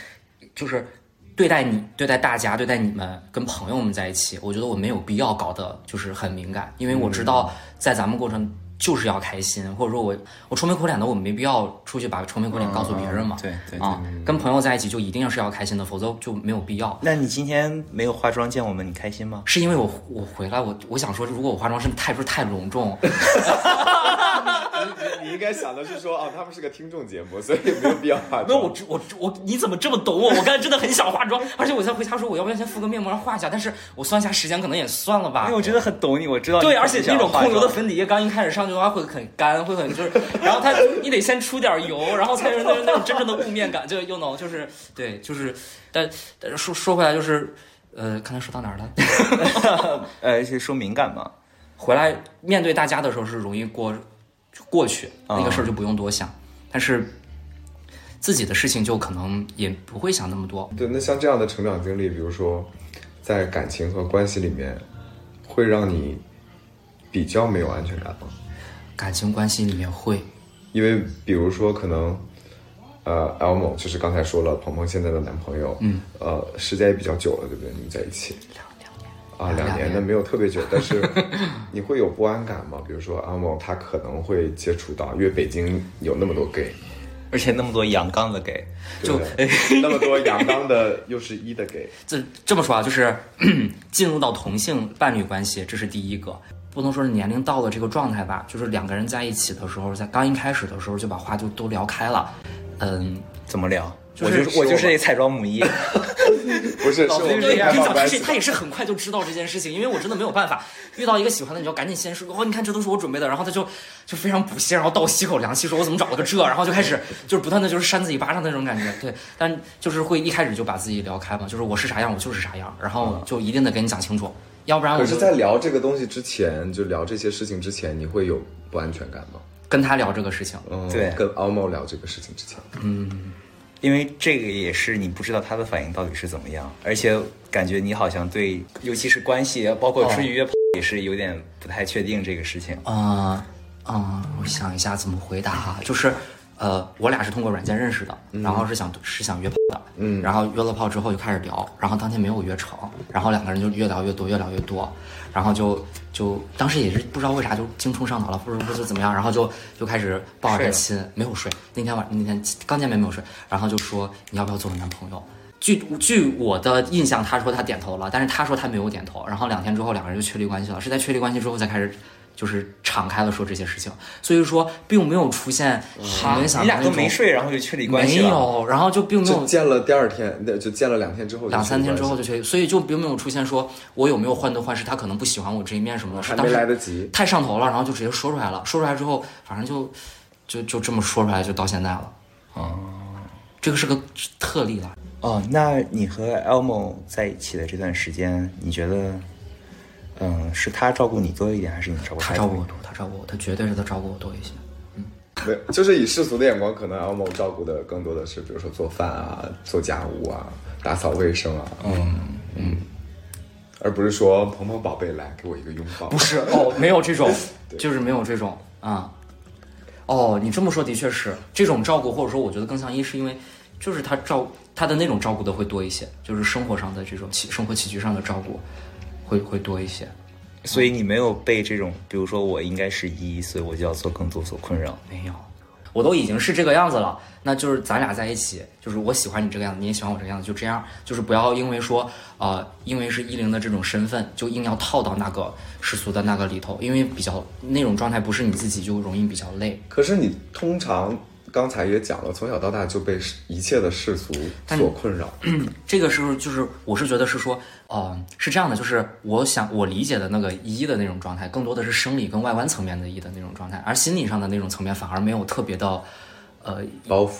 就是对待你、对待大家、对待你们跟朋友们在一起，我觉得我没有必要搞得就是很敏感，因为我知嗯道在咱们过程就是要开心，或者说我我愁眉苦脸的，我没必要出去把愁眉苦脸告诉别人嘛。对嗯对对啊，跟朋友在一起就一定要是要开心的，否则就没有必要。那你今天没有化妆见我们，你开心吗？是因为我我回来，我我想说，如果我化妆是不是太不是太隆重， 你你应该想的是说，哦，他们是个听众节目，所以没有必 要化妆。没有，我只我只我你怎么这么懂我？我刚才真的很想化妆，而且我在回家说我要不要先敷个面膜然后画一下，但是我算一下时间，可能也算了吧因为。哎我觉得很懂你，我知道你对，而且想那种化空妆油的粉底液刚一开始上去的话会很干，会很就是，然后它你得先出点油，然后才有那种那种真正的雾面感，就又能就是对，就是但但是说说回来就是，呃，刚才说到哪儿了？ 呃，是说敏感嘛？回来面对大家的时候是容易过就过去，那啊个事儿就不用多想，但是自己的事情就可能也不会想那么多。对，那像这样的成长经历，比如说在感情和关系里面，会让你比较没有安全感吗？感情关系里面会，因为比如说可能，呃，Elmo 就是刚才说了，鹏鹏现在的男朋友，嗯，呃，时间也比较久了，对不对？你们在一起啊，两两年，年那没有特别久，但是你会有不安感吗？比如说 Elmo 他可能会接触到，因为北京有那么多 gay，而且那么多阳刚的给，对不对那么多阳刚的又是一的 gay，这这么说啊，就是 进入到同性伴侣关系，这是第一个，不能说是年龄到了这个状态吧，就是两个人在一起的时候，在刚一开始的时候就把话就都聊开了，嗯，怎么聊？就我是就是我就是那彩妆母一，不是，是我们对，开跟你放讲，他关是系。他也是很快就知道这件事情，因为我真的没有办法，遇到一个喜欢的，你就赶紧先说，哦，你看这都是我准备的，然后他就就非常不屑，然后倒吸口凉气，说我怎么找了个这，然后就开始就是不断的就是扇自己巴掌那种感觉，对，但就是会一开始就把自己聊开嘛，就是我是啥样，我就是啥样，然后就一定得跟你讲清楚，要不然我嗯可是，就在聊这个东西之前，就聊这些事情之前，你会有不安全感吗？跟他聊这个事情，嗯，对跟 Elmo 聊这个事情之前， 因为这个也是你不知道他的反应到底是怎么样，而且感觉你好像对，尤其是关系，包括出去哦约炮也是有点不太确定这个事情。啊、嗯，我想一下怎么回答哈、就是，呃，我俩是通过软件认识的，然后是想是想约炮的，嗯，然后约了炮之后就开始聊，然后当天没有约成，然后两个人就越聊越多，越聊越多，然后就就当时也是不知道为啥就精冲上脑了，不知不知怎么样，然后就就开始抱着他亲，没有睡，那天晚那天刚见面没有睡，然后就说你要不要做我男朋友？据据我的印象，他说他点头了，但是他说他没有点头。然后两天之后，两个人就确立关系了，是在确立关系之后才开始，就是敞开了说这些事情。所以说，并没有出现你们嗯想你的俩那都种没睡，然后就确立关没系了，有，然后就并没就有见了第二天，那就见了两天之后，两三天之后就确立，所以就并没有出现说我有没有患得患失，他可能不喜欢我这一面什么的，是还当没来时得及。太上头了，然后就直接说出来了。说出来之后，反正就就就这么说出来，就到现在了。哦，这个是个特例了。哦，那你和 Elmo 在一起的这段时间，你觉得，嗯，是他照顾你多一点，还是你照顾他多照一顾点我多，他照顾我，他绝对是他照顾我多一些。没有，就是以世俗的眼光，可能 Elmo 照顾的更多的是，比如说做饭啊、做家务啊、打扫卫生啊，嗯嗯，而不是说鹏鹏宝贝来给我一个拥抱。不是哦，没有这种，就是没有这种啊、哦，你这么说的确是这种照顾，或者说我觉得更像一，是因为就是他照他的那种照顾的会多一些，就是生活上的这种起生活起居上的照顾会会多一些。所以你没有被这种，比如说我应该是一，所以我就要做更多所困扰。没有，我都已经是这个样子了，那就是咱俩在一起，就是我喜欢你这个样子，你也喜欢我这个样子，就这样，就是不要因为说，呃，因为是依零的这种身份，就硬要套到那个世俗的那个里头，因为比较那种状态不是你自己就容易比较累，可是你通常刚才也讲了，从小到大就被世一切的世俗所困 扰。这个时候就是，我是觉得是说，呃，是这样的，就是我想我理解的那个一的那种状态，更多的是生理跟外观层面的一的那种状态，而心理上的那种层面反而没有特别的，呃，包袱，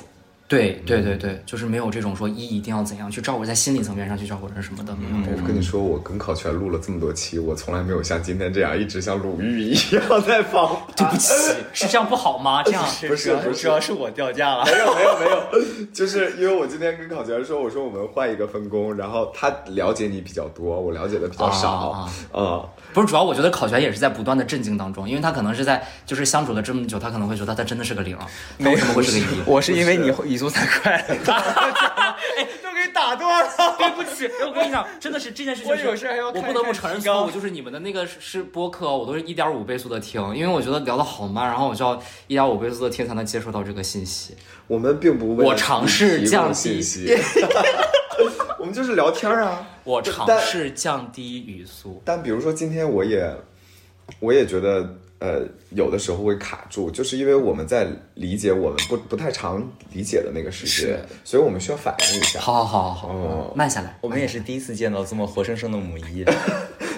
对对对对，就是没有这种说一一定要怎样去照顾，在心理层面上去照顾人什么的，没有这种。我跟你说，我跟考全录了这么多期，我从来没有像今天这样一直像鲁豫一样在访。对不起， 是这样不好吗？这样不是不是主要是我掉价了。没有没有没有， 就是因为我今天跟考全说，我说我们换一个分工，然后他了解你比较多，我了解的比较少，啊啊、不是主要，我觉得考全也是在不断的震惊当中，因为他可能是在就是相处了这么久，他可能会觉得 他真的是个零，他为什么会是个一？我是因为你语速太快了，哎，都给打断了。 对不起，我跟你讲，真的是这件事情是，我有事还要我看不得不承认看提纲错误，就是你们的那个是播客哦，我都是一点五倍速的听，因为我觉得聊的好慢，然后我就要一点五倍速的听才能接收到这个信息。我们并不为我尝试提供降信低息， 我们就是聊天儿啊。我尝但试降低语速，但比如说今天我也，我也觉得，呃，有的时候会卡住，就是因为我们在理解我们不不太常理解的那个世界，所以我们需要反应一下。好好好好好，哦慢下来。我们也是第一次见到这么活生生的母一，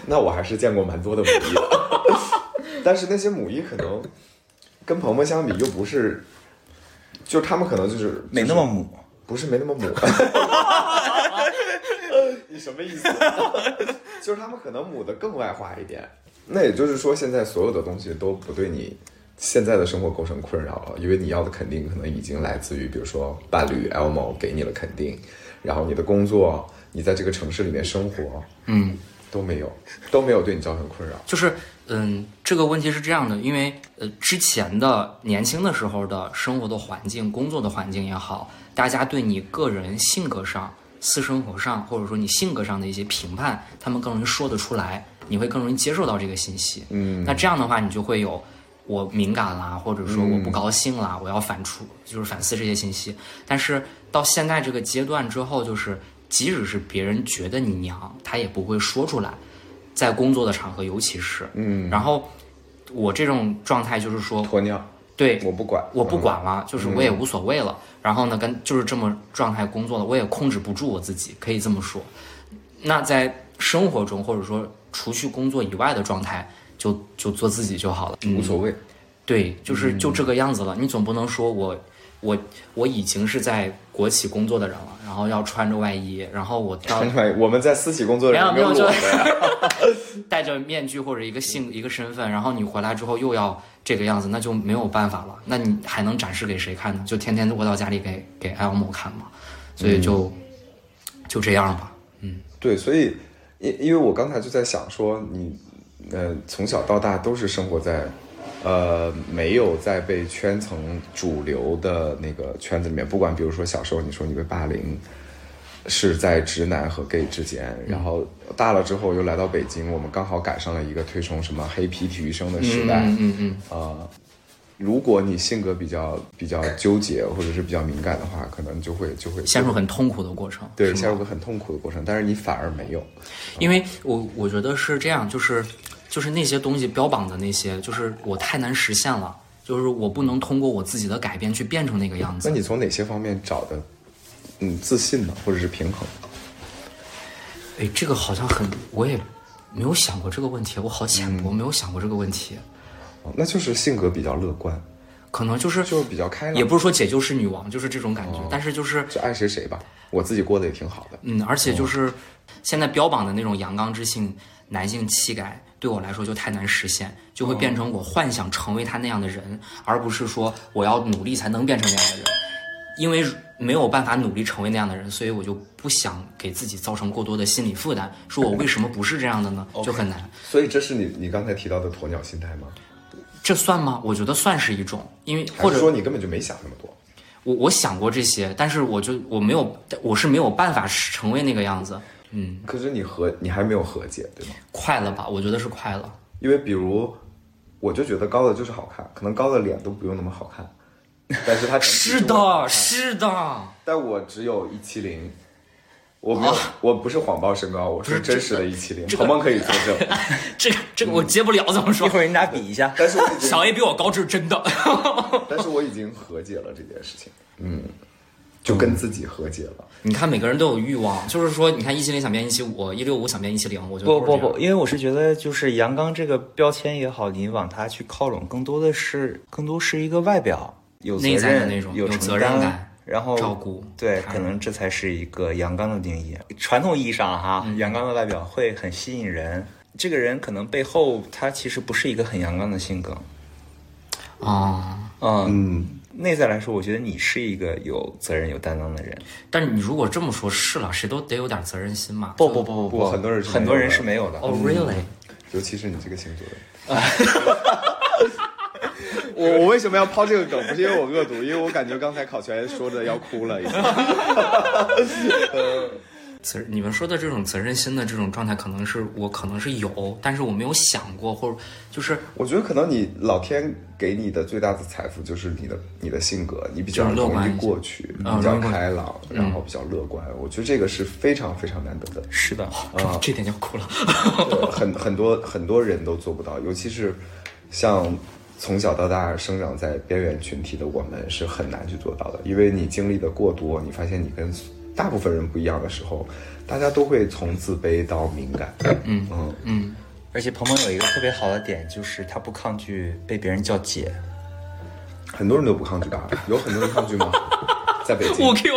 那我还是见过蛮多的 母一的，但是那些母一可能跟鹏鹏相比又不是，就他们可能就是 没那么，母。就是不是没那么母。 你什么意思？ 就是他们可能母的更外化一点。那也就是说，现在所有的东西都不对你现在的生活构成困扰了，因为你要的肯定可能已经来自于，比如说伴侣 Elmo 给你了肯定，然后你的工作，你在这个城市里面生活，嗯，都没有，都没有对你造成困扰。就是嗯，这个问题是这样的，因为呃，之前的年轻的时候的生活的环境、工作的环境也好，大家对你个人性格上、私生活上，或者说你性格上的一些评判，他们更容易说得出来，你会更容易接受到这个信息。嗯，那这样的话，你就会有我敏感啦，或者说我不高兴啦，我要反刍，就是反思这些信息。但是到现在这个阶段之后，就是即使是别人觉得你娘，他也不会说出来，在工作的场合尤其是，嗯，然后我这种状态就是说，鸵鸟，对我不管，嗯我不管了，就是我也无所谓了。然后呢，跟就是这么状态工作了，我也控制不住我自己，可以这么说。那在生活中，或者说除去工作以外的状态，就就做自己就好了。嗯，无所谓。 对，就是就这个样子了。你总不能说我我我已经是在国企工作的人了，然后要穿着外衣，然后我到很快，我们在私企工作的人没有裸没有的呀， 戴着面具或者一个性一个身份，然后你回来之后又要这个样子，那就没有办法了。那你还能展示给谁看呢？就天天窝到家里给给艾欧姆看嘛。所以就、嗯就这样吧。对，所以因因为我刚才就在想说，你呃从小到大都是生活在呃没有在被圈层主流的那个圈子里面，不管比如说小时候你说你被霸凌，是在直男和 gay 之间，嗯然后大了之后又来到北京，我们刚好赶上了一个推崇什么黑皮体育生的时代，嗯嗯嗯，呃，如果你性格比较比较纠结或者是比较敏感的话，可能就会就会陷入很痛苦的过程。对是吗陷入个很痛苦的过程，但是你反而没有，因为我我觉得是这样，就是就是那些东西标榜的那些，就是我太难实现了，就是我不能通过我自己的改变去变成那个样那子。你从哪些方面找的嗯自信呢，或者是平衡？哎，这个好像很，我也没有想过这个问题，我好浅嗯薄，没有想过这个问题。哦那就是性格比较乐观，可能就是就是比较开朗，哦也不是说姐就是女王，就是这种感觉。但是就是，就爱谁谁吧。我自己过得也挺好的，嗯，而且哦就是现在标榜的那种阳刚之性、男性气概，对我来说就太难实现，就会哦变成我幻想成为他那样的人，而不是说我要努力才能变成那样的人。因为没有办法努力成为那样的人，所以我就不想给自己造成过多的心理负担。说我为什么不是这样的呢？就很难。所以这是你你刚才提到的鸵鸟心态吗？这算吗？我觉得算是一种，因为还或是者说你根本就没想那么多？我我想过这些，但是我就我没有，我是没有办法成为那个样子。嗯，可是你和你还没有和解，对吗？快了吧？我觉得是快了。因为比如，我就觉得高的就是好看，可能高的脸都不用那么好看，但是他是的，是的，但我只有一七零，我没有，啊我不是谎报身高，我是真实的一七零，鹏鹏可以作证。 这个这个我接不了，怎么一说？会儿你俩比一下，但是我已经，小 A 比我高，这是真的。但是我已经和解了这件事情，嗯，就跟自己和解了。 你看，每个人都有欲望，就是说，你看一七零想变一七五，一六五想变一七零，我觉得不都不是这样不，，因为我是觉得，就是阳刚这个标签也好，你往它去靠拢，更多的是，更多是一个外表，有责内在的任那种有有承责任担感然后照顾对，他可能这才是一个阳刚的定义。传统意义上哈，嗯阳刚的外表会很吸引人。这个人可能背后他其实不是一个很阳刚的性格，啊、嗯，嗯，内在来说，我觉得你是一个有责任、有担当的人。但是你如果这么说，是了，谁都得有点责任心嘛。不就不不不不，很多人是很没多有人的是没有的。哦、r e a l l y 尤其是你这个星座的， 我我为什么要抛这个梗？不是因为我恶毒，因为我感觉刚才考全说的要哭了已经。责你们说的这种责任心的这种状态，可能是我可能是有，但是我没有想过，或者就是我觉得可能你老天给你的最大的财富就是你的你的性格，你比较就是乐容观易一些哦过去，嗯比较容易过去开朗，然后比较乐观。我觉得这个是非常非常难得的。是的，这这点就哭了。对很很多很多人都做不到，尤其是像从小到大生长在边缘群体的我们是很难去做到的，因为你经历的过多，你发现你跟大部分人不一样的时候，大家都会从自卑到敏感。嗯嗯，嗯，而且鹏鹏有一个特别好的点，就是他不抗拒被别人叫姐。很多人都不抗拒吧？有很多人抗拒吗？在北京我 Q。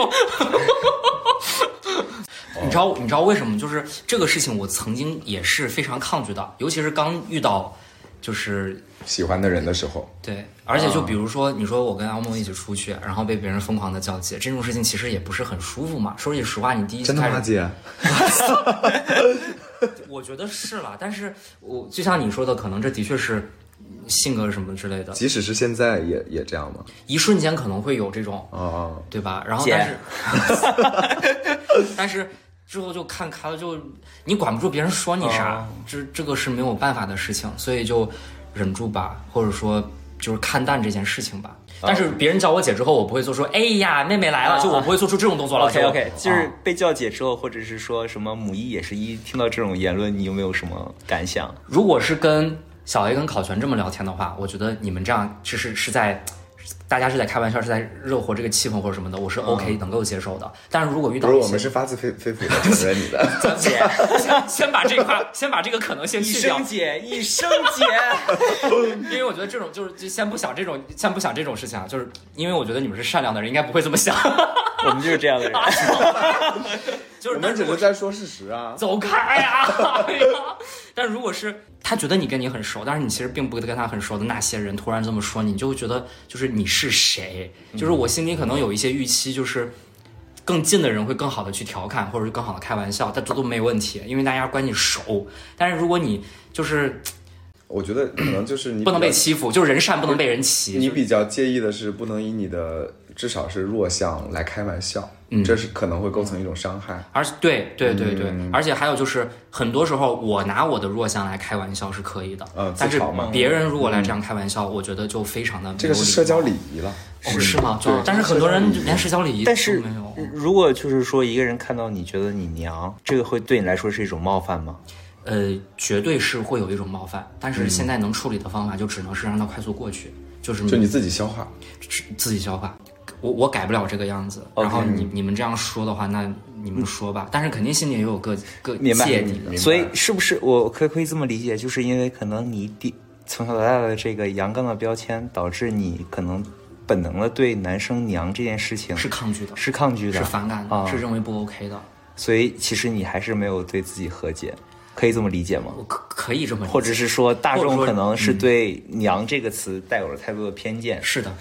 你知道你知道为什么？就是这个事情，我曾经也是非常抗拒的，尤其是刚遇到，就是喜欢的人的时候，对，而且就嗯比如说，你说我跟阿梦一起出去，然后被别人疯狂的叫姐，这种事情其实也不是很舒服嘛。说句实话，你第一次真的开吗，始，姐？我觉得是了，但是我就像你说的，可能这的确是性格什么之类的，即使是现在也也这样吗？一瞬间可能会有这种，啊、啊对吧？然后姐但是， 但是之后就看开了，就你管不住别人说你啥，哦这这个是没有办法的事情，所以就忍住吧，或者说就是看淡这件事情吧。但哦是别人叫我姐之后，我不会做出“哎呀，妹妹来了”，就我不会做出这种动哦作了。 OK 就 OK，就是啊被叫姐之后，或者是说什么母一也是一，听到这种言论，你有没有什么感想？如果是跟小 A 跟考全这么聊天的话，我觉得你们这样是是是在。大家是在开玩笑，是在热火这个气氛或者什么的，我是 OK、能够接受的。但是如果遇哦不到是，一我些们是发自肺肺腑的承认你的。 姐，先先把这块，先把这个可能性一去掉生，姐，一生姐。因为我觉得这种就是就先不想这种，先不想这种事情啊，就是因为我觉得你们是善良的人，应该不会这么想。 我们就是这样的人。 就是我们只是在说事实啊。走开呀、哎呀 但如果是他觉得你跟你很熟，但是你其实并不跟他很熟的那些人突然这么说，你就会觉得就是你是谁？嗯就是我心里可能有一些预期，就是更近的人会更好的去调侃，或者是更好的开玩笑，但这都没问题，因为大家关系熟。但是如果你就是我觉得可能就是你不能被比较欺负，就是人善不能被人欺。你比较介意的是不能以你的至少是弱项来开玩笑，嗯这是可能会构成一种伤害。而且对对对对，嗯而且还有就是，很多时候我拿我的弱项来开玩笑是可以的，嗯自但是嘲嘛嗯别人如果来这样开玩笑，我觉得就非常的这个是社交礼仪了，哦是嗯吗？对就但是很多人连社交礼仪都 但是嗯没有，，如果就是说一个人看到你觉得你娘，这个会对你来说是一种冒犯吗？呃，绝对是会有一种冒犯，但嗯是现在能处理的方法就只能是让它快速过去，就是就你自己消化。自自己消化。我我改不了这个样子，然后你你们这样说的话，那你们说吧，但是肯定心里也有个个明白芥蒂的。所以是不是我可可以这么理解？就是因为可能你第从小到大的这个阳刚的标签，导致你可能本能的对男生娘这件事情是抗拒的，啊是抗拒的，是反感的，啊是认为不 OK 的。所以其实你还是没有对自己和解，可以这么理解吗？我可可以这么理解，或者是说，大或者众说嗯可能是对“娘”这个词带有了太多的偏见，是的，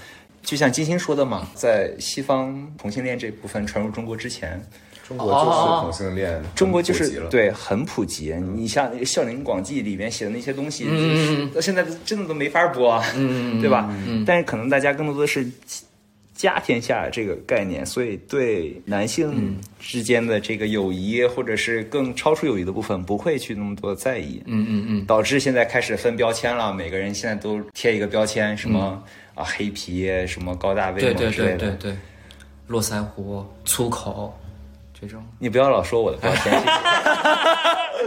就像金星说的嘛，在西方同性恋这部分传入中国之前，中国就是同性哦恋，中国就普及是了。对很普及。嗯你像《孝陵广记》里面写的那些东西，就是到现在真的都没法播，啊嗯对吧？但是可能大家更多的是家天下这个概念，所以对男性之间的这个友谊，或者是更超出友谊的部分，不会去那么多的在意。嗯嗯嗯，导致现在开始分标签了，每个人现在都贴一个标签，什么、啊黑皮，什么高大威嗯对猛对之类对的。对对，络腮胡、粗口这种，你不要老说我的标签。谢谢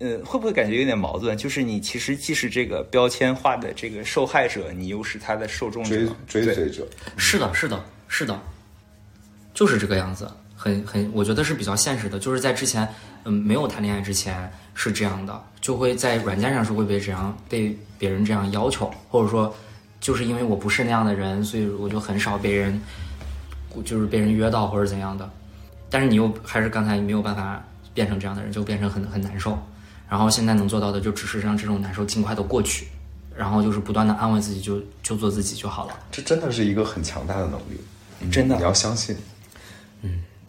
嗯，会不会感觉有点矛盾？就是你其实既是这个标签化的这个受害者，你又是他的受众者追。追对随者，是的，是的，是的，就是这个样子，很很，我觉得是比较现实的，就是在之前，嗯，没有谈恋爱之前是这样的，就会在软件上是会被这样被别人这样要求，或者说，就是因为我不是那样的人，所以我就很少被人，就是被人约到或者怎样的，但是你又还是刚才没有办法变成这样的人，就变成很很难受。然后现在能做到的就只是让这种难受尽快的过去，然后就是不断的安慰自己就，就做自己就好了。这真的是一个很强大的能力，真的你要相信。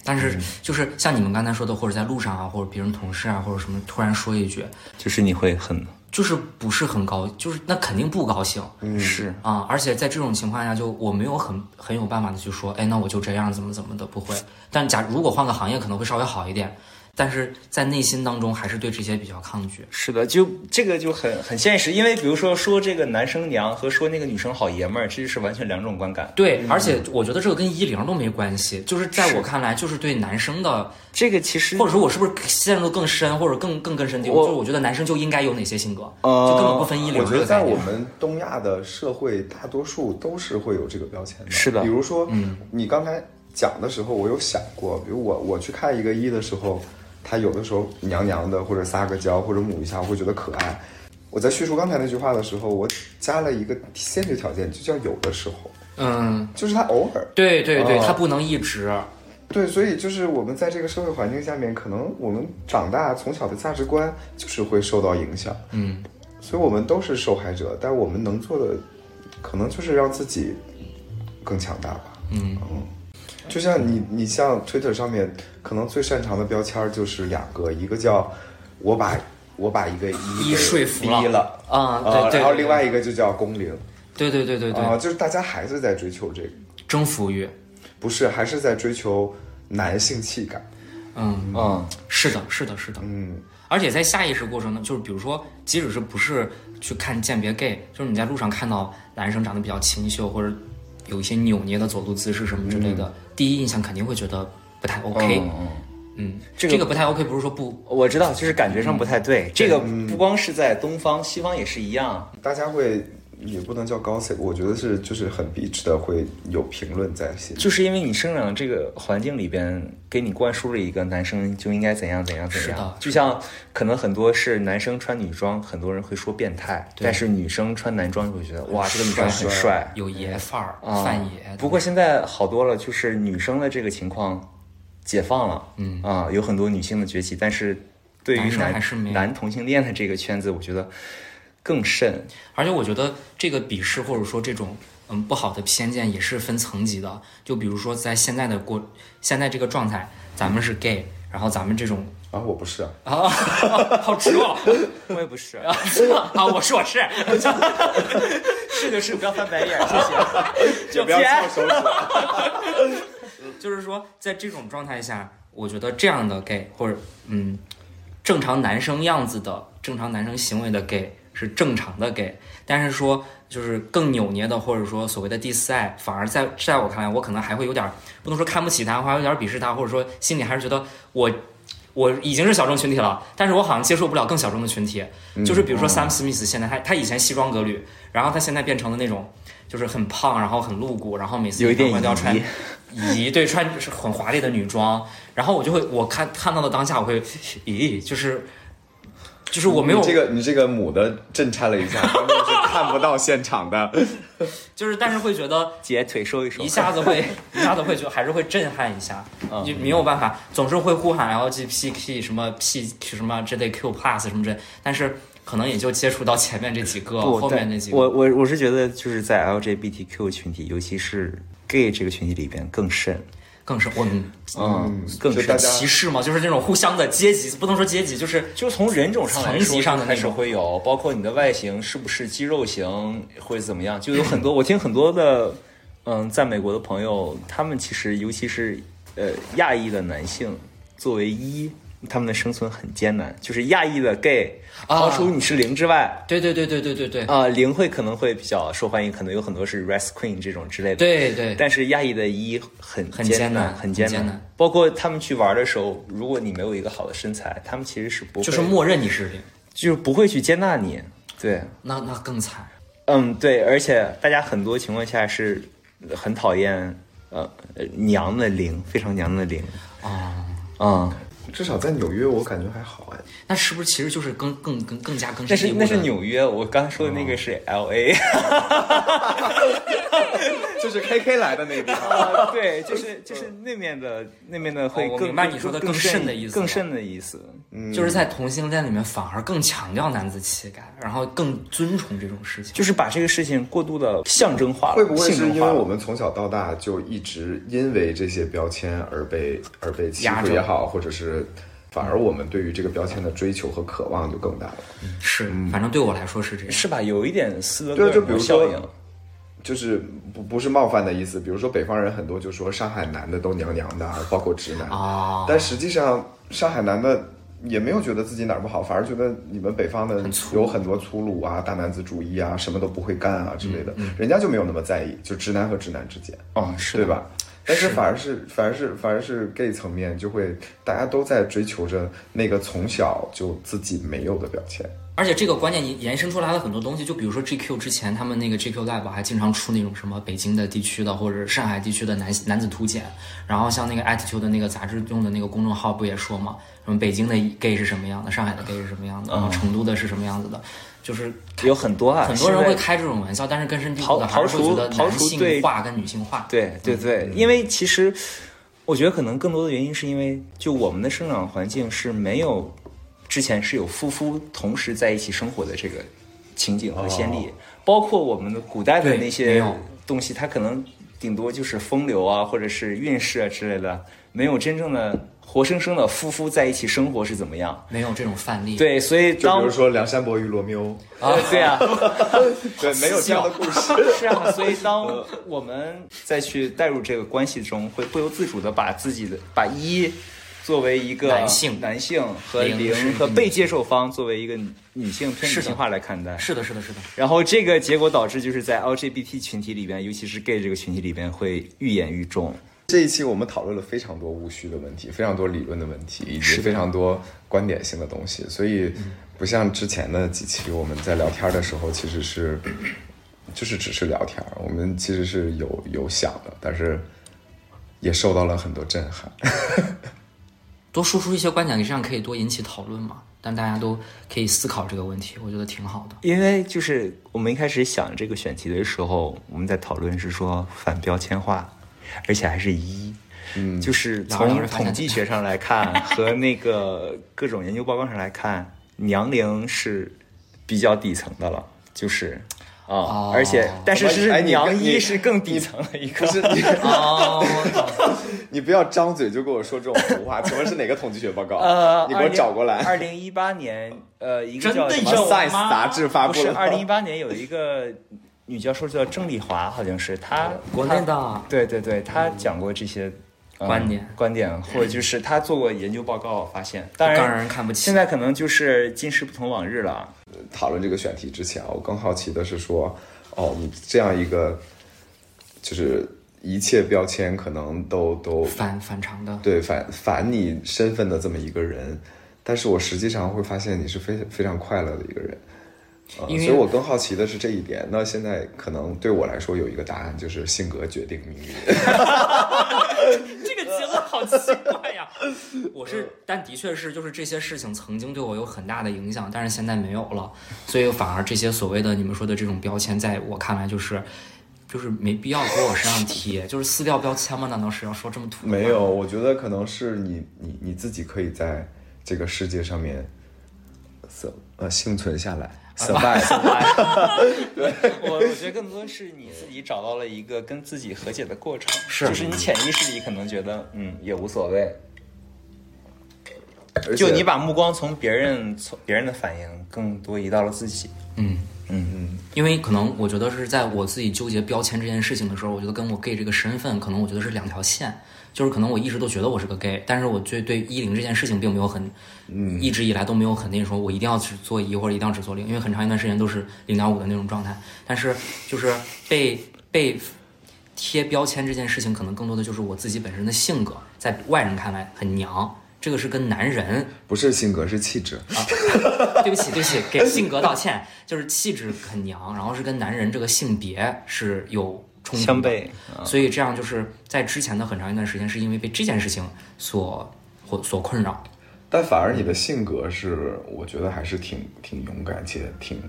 但是就是像你们刚才说的，或者在路上啊，或者别人同事啊，或者什么突然说一句，就是你会很就是不是很高，就是那肯定不高兴。嗯是啊、而且在这种情况下，就我没有很很有办法的去说，哎，那我就这样，怎么怎么的，不会。但假如果换个行业，可能会稍微好一点，但是在内心当中还是对这些比较抗拒。是的，就这个就很很现实，因为比如说说这个男生娘和说那个女生好爷们儿，这就是完全两种观感。对，嗯而且我觉得这个跟一零都没关系，就是在我看来，就是对男生的，这个其实或者说我是不是陷入更深，或者更更根深蒂固？我就是我觉得男生就应该有哪些性格，呃就根本不分一零我觉这得个在概我念。们东亚的社会，大多数都是会有这个标签的。是的比如说，嗯你刚才讲的时候，我有想过，比如我我去看一个一的时候，他有的时候娘娘的，或者撒个娇，或者母一下，我会觉得可爱。我在叙述刚才那句话的时候，我加了一个先决条件，就叫有的时候，嗯，就是他偶尔。对对对，哦他不能一直。对，所以就是我们在这个社会环境下面，可能我们长大从小的价值观就是会受到影响，嗯，所以我们都是受害者，但我们能做的，可能就是让自己更强大吧，嗯就像你，你像 Twitter 上面可能最擅长的标签儿就是两个，一个叫我把我把一个一一给说服了逼了，啊，啊对对，然后对另外一个就叫工龄，对对对对对，啊、就是大家还是在追求这个，征服欲，不是还是在追求男性气概，嗯，嗯，是的，是的，是的，嗯，而且在下意识过程中，就是比如说，即使是不是去看鉴别 gay，就是你在路上看到男生长得比较清秀，或者有一些扭捏的走路姿势什么之类的，第一印象肯定会觉得不太 OK，嗯嗯嗯，这这个个不太 OK，不是说不，我知道，就是感觉上不太嗯对。这个不光是在东方，西方也是一样。大家会也不能叫 gossip，我觉得是就是很 bitch 的会有评论在写，就是因为你生长这个环境里边，给你灌输了一个男生就应该怎样怎样怎是样的。就像可能很多是男生穿女装，很多人会说变态，但是女生穿男装就会觉得哇，这个女生很帅有爷范儿、啊。范爷。不过现在好多了，就是女生的这个情况解放了，嗯啊，有很多女性的崛起，但是对于男生还是没有男同性恋的这个圈子，我觉得更甚。而且我觉得这个鄙视或者说这种嗯不好的偏见也是分层级的。就比如说在现在的过现在这个状态，咱们是 gay，然后咱们这种啊，我不是啊，啊， 好直哦 我也不是，啊啊！我是我是， 是就是不要翻白眼，谢谢。 就不要翘手指。就是说在这种状态下，我觉得这样的 gay 或者嗯正常男生样子的正常男生行为的 gay 是正常的 gay，但是说就是更扭捏的或者说所谓的第四爱，反而在在我看来，我可能还会有点儿不能说看不起他，还有点儿鄙视他，或者说心里还是觉得我。我已经是小众群体了，但是我好像接受不了更小众的群体，嗯就是比如说 Sam Smith 现在他他以前西装革履，然后他现在变成了那种就是很胖，然后很露骨，然后每次有一点演唱会都要穿移咦，对，穿是很华丽的女装，然后我就会，我看看到的当下，我会， 咦，就是，就是我没有你这个，你这个母的震颤了一下，观众是看不到现场的。 就是，但是会觉得姐腿收一收，一下子会 一下子会觉得还是会震撼一下，嗯就没有办法，总是会呼喊 LGPQ 什么 P 什么之类 Q Plus 什么之类，但是可能也就接触到前面这几个，不，后面但那几我个，我我是觉得就是在 LGBTQ 群体，尤其是 gay 这个群体里边更甚，更是我们嗯，更就大家甚。歧视嘛，就是这种互相的阶级，不能说阶级，就是就从人种上来层级说，上的开那始种，会有，包括你的外形是不是肌肉型，会怎么样，就有很 多。我听很多的，嗯，在美国的朋友，他们其实尤其是呃亚裔的男性，作为一，他们的生存很艰难。就是亚裔的 gay，啊刨除你是零之外，对对对对对对对啊、零会可能会比较受欢迎，可能有很多是 Res Queen 这种之类的。对对，但是亚裔的一很很艰艰难很很艰艰难包括他们去玩的时候，如果你没有一个好的身材，他们其实是不会就是默认你是零，就是不会去接纳你。对，那那更惨。嗯，对，而且大家很多情况下是很讨厌呃呃娘的零，非常娘的零啊，啊、至少在纽约，我感觉还好哎。那是不是其实就是更更更更加更那是那是纽约，我刚才说的那个是啊 L A，、就是 KK 来的那个地方。啊，对， 就是就是那面的那面的会哦我更、明白你说的更更甚的意思更了甚的意思。嗯就是在同性恋里面反而更强调男子气概，然后更尊崇这种事情。就是把这个事情过度的象征化了，会不会性是征因化为了我们从小到大就一直因为这些标签而被而被欺压负着也好，或者是反而我们对于这个标签的追求和渴望就更大了。是，反正对我来说是这样。是吧？有一点斯德对哥啊就尔比摩如效说应，就是不不是冒犯的意思，比如说北方人很多就说上海男的都娘娘的，包括直男哦但实际上上海男的也没有觉得自己哪儿不好，反而觉得你们北方的有很多粗鲁啊、大男子主义啊、什么都不会干啊之类的，人家就没有那么在意，就直男和直男之间，哦，是对的？吧？但是反而是反而是反而是 gay 层面就会大家都在追求着那个从小就自己没有的标签，而且这个观念延延伸出来了很多东西，就比如说 GQ 之前他们那个 GQ Live 还经常出那种什么北京的地区的或者是上海地区的男男子图鉴，然后像那个 Attitude 的那个杂志用的那个公众号不也说嘛，什么北京的 gay 是什么样的，上海的 gay 是什么样的，然后成都的是什么样子的，就是有很多嗯啊，很多人现在会开这种玩笑，但是根深蒂固的刨还是会觉得刨除男刨除性对化跟女性化。对对嗯对，因为其实我觉得可能更多的原因是因为，就我们的生长环境是没有之前是有夫妇同时在一起生活的这个情景哦和先例，包括我们的古代的对那没些有东西，它可能顶多就是风流啊，或者是运势啊之类的，没有真正的活生生的夫妇在一起生活是怎么样。没有这种范例。，对，所以就比当如说梁山伯与罗密欧，啊，对啊， 对，没有这样的故事。是啊，所以当我们再去带入这个关系中，会不由自主的把自己的把一作为一个男性男性和零是零和女被接受方作为一个女女性偏是女的性化来看待。是的，是的，是的，然后这个结果导致就是在 LGBT 群体里边，尤其是 gay 这个群体里边会愈演愈重。这一期我们讨论了非常多务虚的问题，非常多理论的问题，以及非常多观点性的东西，所以不像之前的几期我们在聊天的时候，其实是就是只是聊天，我们其实是有有想的，但是也受到了很多震撼。多输出一些观点，这样可以多引起讨论嘛。但大家都可以思考这个问题，我觉得挺好的。因为就是我们一开始想这个选题的时候，我们在讨论是说反标签化，而且还是一，嗯，就是从统计学上 来看和那个各种研究报告上来看，娘龄是比较底层的了，就是 啊，哦而且但是哎是你跟娘你一是更底层的一不个，是你，哦， 你不要张嘴就跟我说这种胡话。请问是哪个统计学报告？呃，你给我找过来。二零一八年，呃，一个真叫的什么什么有吗 Science 杂志发不布是，了二零一八年有一个女教授叫郑丽华，好像是她国内的对对对，她讲过这些、呃观点观点，或者就是她做过研究报告，发现，当当然然看不起。现在可能就是今时不同往日了啊。讨论这个选题之前啊，我更好奇的是说，哦，你这样一个就是一切标签可能都都反反常的，对反反你身份的这么一个人，但是我实际上会发现你是非非常快乐的一个人。啊、因所为以我更好奇的是这一点。那现在可能对我来说有一个答案，就是性格决定命运。 这个结论好奇怪呀。 我是，但的确是，就是这些事情曾经对我有很大的影响，但是现在没有了，所以反而这些所谓的你们说的这种标签，在我看来就是。就是没必要给我身上贴， 就是撕掉标签吗？难道是要说这么土 的话？没有，我觉得可能是你你你自己可以在这个世界上面，生呃幸存下来，survive。 啊 我我觉得更多是你自己找到了一个跟自己和解的过程，是就是你潜意识里可能觉得嗯也无所谓，而就且你把目光从别人从别人的反应更多移到了自己。嗯，嗯，因为可能我觉得是在我自己纠结标签这件事情的时候，我觉得跟我 gay 这个身份，可能我觉得是两条线。就是可能我一直都觉得我是个 gay，但是我对对一零这件事情并没有很，嗯，一直以来都没有肯定说我一定要只做一或者一定要只做零，因为很长一段时间都是零点五的那种状态。但是就是被被贴标签这件事情，可能更多的就是我自己本身的性格，在外人看来很娘，这个是跟男人不是性格，是气质。 对不起，对不起，给 性格道歉。就是气质很娘，然后是跟男人这个性别是有冲突的相悖，嗯所以这样就是在之前的很长一段时间是因为被这件事情所所所困扰，但反而你的性格是，我觉得还是挺挺勇敢且挺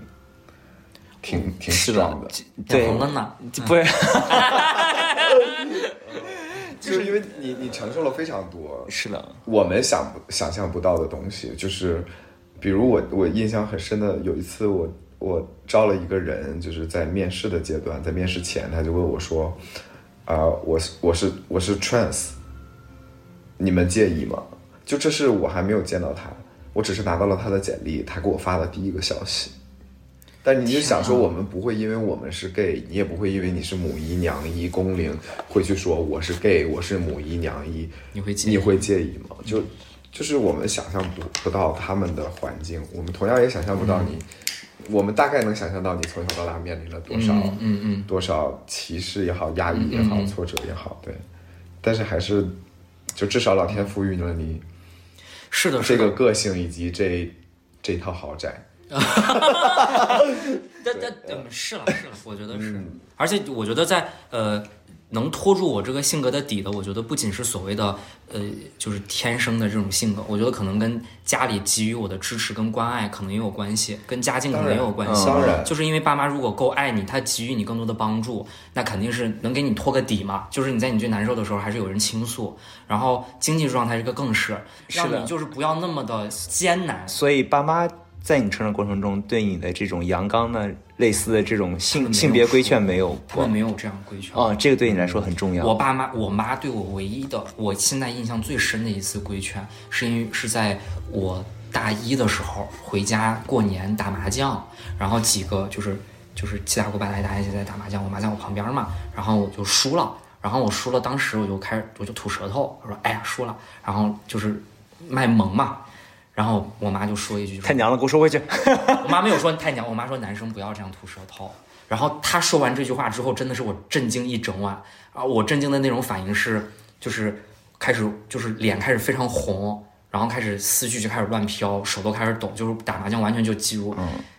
挺嗯挺是爽的。对，红了 呢，不是，就是因为你你承受了非常多是的，我们想不想象不到的东西，就是比如我我印象很深的有一次我我招了一个人，就是在面试的阶段，在面试前他就问我说，啊、我是我是我是 trans，你们介意吗？就这是我还没有见到他，我只是拿到了他的简历，他给我发的第一个消息。但你就想说，我们不会因为我们是 gay，你也不会因为你是母一、娘一、公龄，会去说我是 gay，我是母一、娘一，你会介意你会介意吗？嗯就就是我们想象不不到他们的环境，我们同样也想象不到你，我们大概能想象到你从小到大面临了多少，嗯嗯嗯多少歧视也好、压抑也好、挫折也好，对。但是还是，就至少老天赋予了你是的，是这的个个性以及这这套豪宅。但但嗯，呃是了是了，我觉得是，嗯而且我觉得在呃能拖住我这个性格的底的，我觉得不仅是所谓的呃就是天生的这种性格，我觉得可能跟家里给予我的支持跟关爱可能也有关系，跟家境可能也有关系。当然嗯当然就是因为爸妈如果够爱你，他给予你更多的帮助，那肯定是能给你托个底嘛。就是你在你最难受的时候，还是有人倾诉，然后经济状态这个更是，让的你就是不要那么的艰难。所以爸妈在你成长过程中对你的这种阳刚呢，类似的这种性们没有性别规劝没有他过们没有这样规劝啊、这个对你来说很重要。我爸妈，我妈对我唯一的，我现在印象最深的一次规劝，是因为是在我大一的时候回家过年打麻将，然后几个就是就是七大姑八大姨大家一起在打麻将，我妈在我旁边嘛，然后我就输了，然后我输了，当时我就开始我就吐舌头，我说哎呀输了，然后就是卖萌嘛，然后我妈就说一句太娘了，给我收回去。 我妈没有说太娘，我妈说男生不要这样吐舌头。然后她说完这句话之后，真的是我震惊一整晚啊！我震惊的那种反应是，就是开始就是脸开始非常红，然后开始思绪就开始乱飘，手都开始抖，就是打麻将完全就进入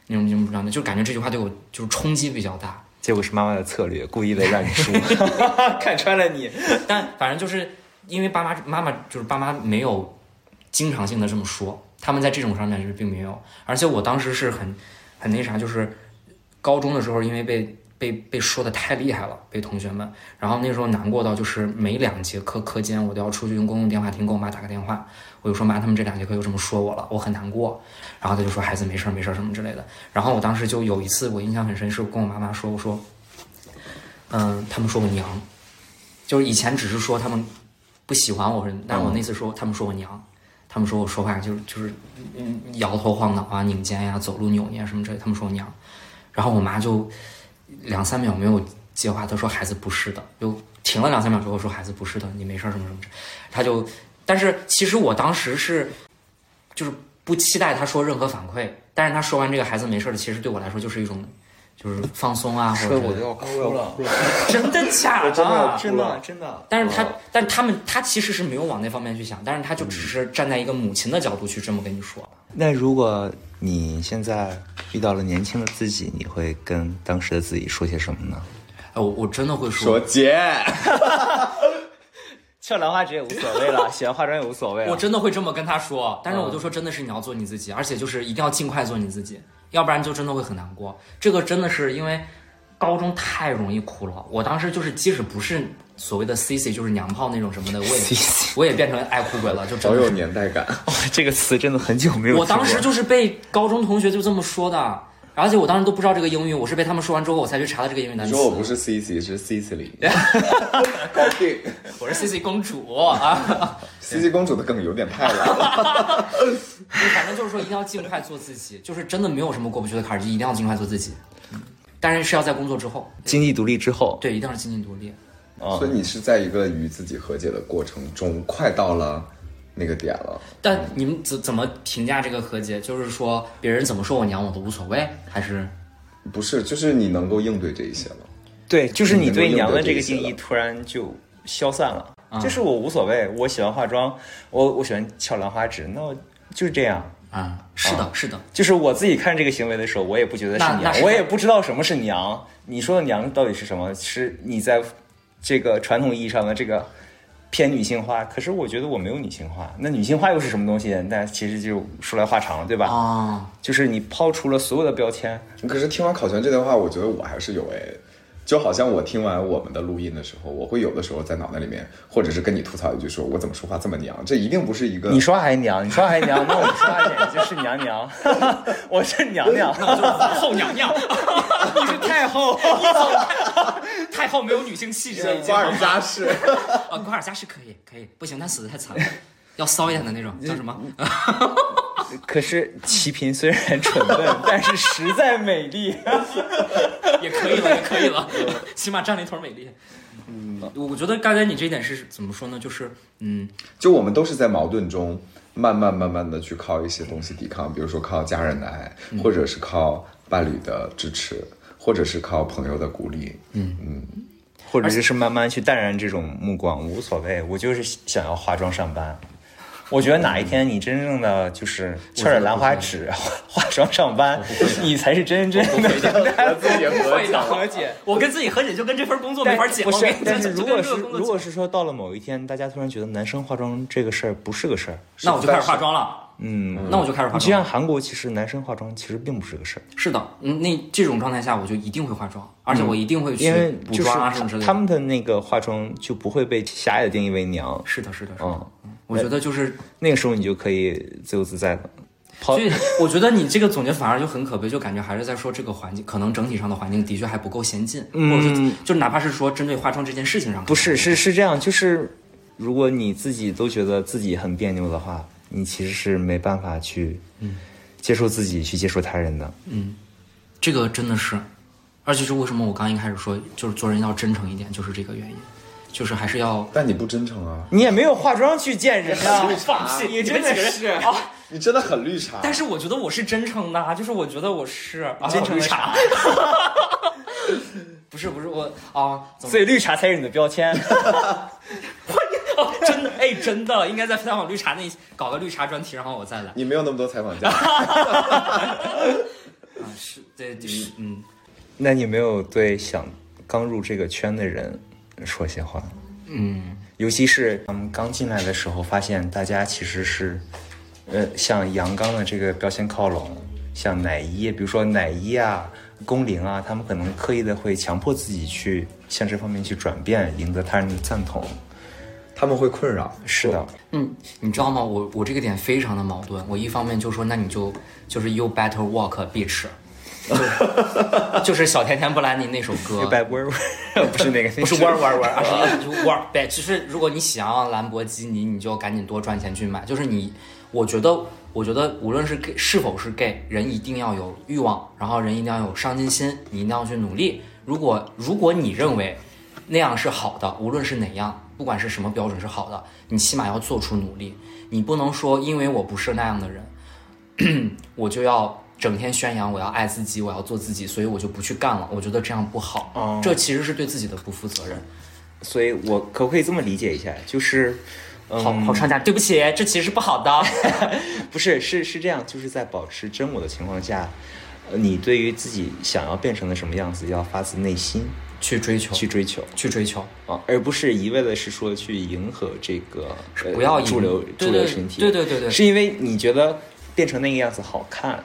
那种那种状态，就感觉这句话对我就是冲击比较大。结果是妈妈的策略，故意的让你输， 看穿了你。但反正就是因为爸妈妈妈就是爸妈没有经常性的这么说，他们在这种上面是并没有，而且我当时是很很那啥，就是高中的时候因为被被被说的太厉害了，被同学们，然后那时候难过到就是每两节课课间我都要出去用公用电话亭给我妈打个电话，我就说妈，他们这两节课又这么说我了，我很难过。然后她就说孩子没事儿没事儿什么之类的。然后我当时就有一次我印象很深，是我跟我妈妈说，我说，嗯、他们说我娘，就是以前只是说他们不喜欢我，但是我那次说他们说我娘，他们说我说话就是就是嗯摇头晃脑啊、拧肩呀、走路扭捏什么之类，他们说我娘。然后我妈就两三秒没有接话，她说孩子不是的，又停了两三秒之后说孩子不是的，你没事儿什么什么之类，她就，但是其实我当时是就是不期待她说任何反馈，但是她说完这个孩子没事儿的，其实对我来说就是一种。就是放松啊，或者我都要哭 了。 真的假的？真的真的，但是他，但是他们，他其实是没有往那方面去想，但是他就只是站在一个母亲的角度去这么跟你说。那如果你现在遇到了年轻的自己，你会跟当时的自己说些什么 呢？哎，我我真的会说，说 姐，跳兰花指也无所谓了，喜欢化妆也无所谓我真的会这么跟他说，但是我就说，真的是你要做你自己，而且就是一定要尽快做你自己，要不然就真的会很难过。这个真的是因为高中太容易哭了，我当时就是即使不是所谓的 CC，就是娘炮那种什么的，我也我也变成爱哭鬼了，就真好的有是年代感。 这个词真的很久没有我当时就是被高中同学就这么说的。而且我当时都不知道这个英语，我是被他们说完之后，我才去查的这个英语单你词。说我不是 C C 是 C C 里，高定我是 C C 公主啊， C C 公主的梗有点太老了。 反正就是说一定要尽快做自己，就是真的没有什么过不去的坎儿，就一定要尽快做自己。但是是要在工作之后，经济独立之后，对，一定要经济独立。啊所以你是在一个与自己和解的过程中，快到了那个点了。但你们怎怎么评价这个和解？就是说别人怎么说我娘我都无所谓，还是不是，就是你能够应对这一些了。对，就是你对娘的这个啊你能够定用得义这突然就消散了。就是我无所谓，我喜欢化妆，我我喜欢翘兰花指，那我就是这样。哦啊、是的，是的，就是我自己看这个行为的时候，我也不觉得是那那娘，是我也不知道什么是娘。你说的娘到底是什么？是你在这个传统意义上的这个偏女性化，可是我觉得我没有女性化。那女性化又是什么东西？那其实就说来话长了，对吧？啊、哦，就是你抛除了所有的标签。可是听完考全这段话，我觉得我还是有哎，就好像我听完我们的录音的时候，我会有的时候在脑袋里面，或者是跟你吐槽一句说，说我怎么说话这么娘？这一定不是一个你说还娘，你说还娘，那我说话简直就是娘娘， 我是娘娘，那我就是皇 后娘娘，你是太后。 太后没有女性气质呃了，已经。瓜尔佳 氏，啊，瓜尔佳氏可以，可以，不行，他死的太惨了，要骚一点的那种，叫什么？可是齐嫔虽然蠢笨，但是实在美 丽，呃也可以了，也可以了，起码站了一坨美丽。嗯，我觉得刚才你这一点是怎么说呢？就是嗯，就我们都是在矛盾中慢慢慢慢的去靠一些东西抵抗，比如说靠家人的爱，嗯或者是靠伴侣的支持。或者是靠朋友的鼓励，嗯嗯，或者就是慢慢去淡然这种目光，无所谓。我就是想要化妆上班。我觉得哪一天你真正的就是圈点兰花指化妆上班，你才是真正的和自己和解。和解，我跟自己和解就跟这份工作没法解。不是，但是如果是如果是说到了某一天，大家突然觉得男生化妆这个事儿不是个事儿，那我就开始化妆了。嗯，那我就开始化妆。就像韩国，其实男生化妆其实并不是个事儿。是的，嗯，那这种状态下，我就一定会化妆，而嗯且我一定会去补妆啊什么之类的。他们的那个化妆就不会被狭隘的定义为娘。是的，是的，是的。哦我觉得就是那个时候，你就可以自由自在的。所以我觉得你这个总结反而就很可悲，就感觉还是在说这个环境，可能整体上的环境的确还不够先进，嗯、或者是就哪怕是说针对化妆这件事情上，不是是是这样，就是如果你自己都觉得自己很别扭的话。你其实是没办法去接受自己，去接受他人的。嗯，这个真的是，而且是为什么我刚一开始说，就是做人要真诚一点，就是这个原因，就是还是要。但你不真诚啊！你也没有化妆去见人啊！ 放屁！你真的是啊！你真的很绿茶。但是我觉得我是真诚的，啊就是我觉得我是真诚啊绿茶。 不是不是我啊，所以绿茶才是你的标签。真的哎，真的应该在采访绿茶那搞个绿茶专题，然后我再来。你没有那么多采访家。啊，是对，是嗯。那你没有对想刚入这个圈的人说些话？嗯，尤其是咱们刚进来的时候，发现大家其实是，呃，向阳刚的这个标签靠拢，像奶一，比如说奶一啊、宫玲啊，他们可能刻意的会强迫自己去向这方面去转变，赢得他人的赞同。他们会困扰，是 的，嗯，你知道吗？我我这个点非常的矛盾。我一方面就说，那你就就是 You better walk bitch，就是小甜甜布兰妮那首歌。 You better walk，不 是那个， 不是 walk walk walk，而是那个 就 walk bitch。其实如果你想要兰博基尼，你就赶紧多赚钱去买。就是你，我觉得，我觉得无论是 gay 是否是 gay，人一定要有欲望，然后人一定要有上进心，你一定要去努力。如果如果你认为那样是好的，无论是哪样。不管是什么标准是好的，你起码要做出努力。你不能说因为我不是那样的人我就要整天宣扬我要爱自己，我要做自己，所以我就不去干了。我觉得这样不好，嗯、这其实是对自己的不负责任。所以我可不可以这么理解一下？就是，嗯、好好上架，对不起，这其实是不好的。 不是，是是这样，就是在保持真我的情况下，呃你对于自己想要变成的什么样子，要发自内心。去追哦求，去追求，去追求啊，而不是一味的是说去迎合这个，呃不要驻留驻留身体，对对对对，是因为你觉得变成那个样子好看，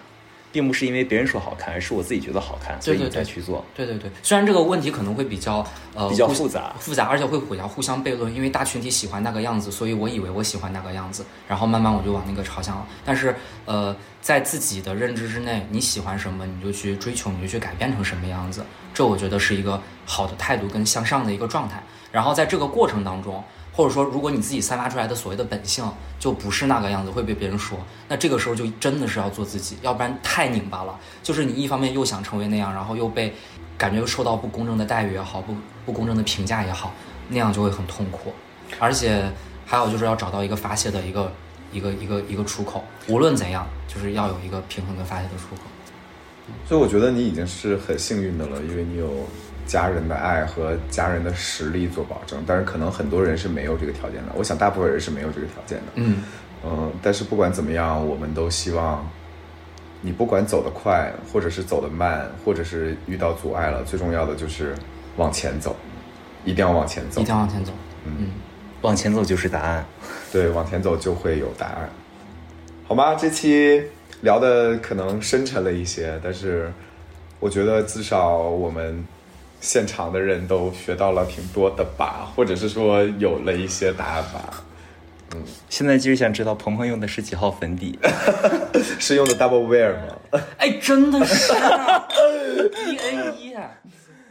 并不是因为别人说好看，而是我自己觉得好看，所以你再去做。对对对，虽然这个问题可能会比较呃比较复杂，复杂，而且会互相互相悖论，因为大群体喜欢那个样子，所以我以为我喜欢那个样子，然后慢慢我就往那个朝向了。但是呃，在自己的认知之内，你喜欢什么，你就去追求，你就去改变成什么样子。这我觉得是一个好的态度跟向上的一个状态。然后在这个过程当中，或者说如果你自己散发出来的所谓的本性就不是那个样子，会被别人说，那这个时候就真的是要做自己，要不然太拧巴了。就是你一方面又想成为那样，然后又被感觉又受到不公正的待遇也好，不不公正的评价也好，那样就会很痛苦。而且还有就是要找到一个发泄的一个一个一个一个出口，无论怎样，就是要有一个平衡跟发泄的出口。所以我觉得你已经是很幸运的了，因为你有家人的爱和家人的实力做保证。但是可能很多人是没有这个条件的，我想大部分人是没有这个条件的。嗯嗯、呃，但是不管怎么样，我们都希望你不管走得快，或者是走得慢，或者是遇到阻碍了，最重要的就是往前走，一定要往前走，一定要往前走。嗯。嗯往前走就是答案。对，往前走就会有答案，好吗？这期聊的可能深沉了一些，但是我觉得至少我们现场的人都学到了挺多的吧，或者是说有了一些答案吧。嗯，现在就是想知道鹏鹏用的是几号 粉底，是用的 Double Wear 吗？哎，真的是 D N E 啊！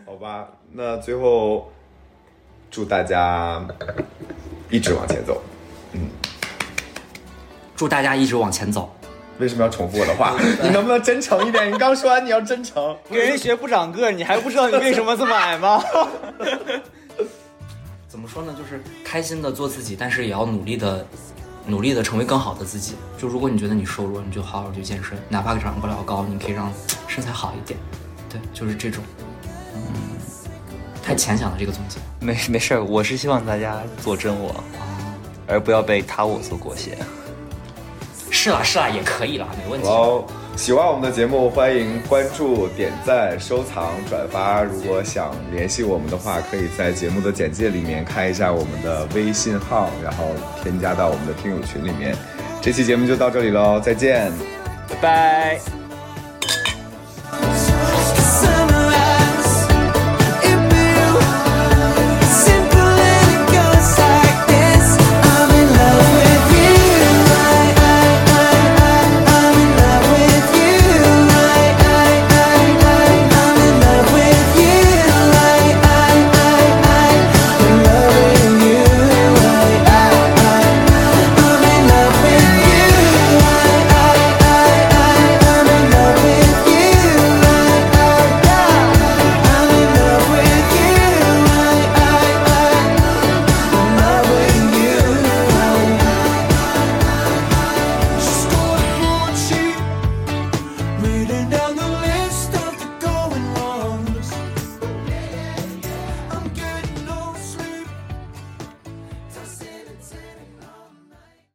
好吧，那最后祝大家一直往前走。嗯，祝大家一直往前走。为什么要重复我的话？你能不能真诚一点？你刚说完你要真诚，给人学不长个，你还不知道你为什么这么矮吗？怎么说呢？就是开心的做自己，但是也要努力的，努力的成为更好的自己。就如果你觉得你瘦弱，你就好好去健身，哪怕长不了高，你可以让身材好一点。对，就是这种。嗯，太浅显了这个总结。没没事儿，我是希望大家做真我，而不要被他我所裹挟。是啦是啦，也可以啦，没问题。好，喜欢我们的节目，欢迎关注、点赞、收藏、转发。如果想联系我们的话，可以在节目的简介里面看一下我们的微信号，然后添加到我们的听友群里面。这期节目就到这里喽，再见，拜拜。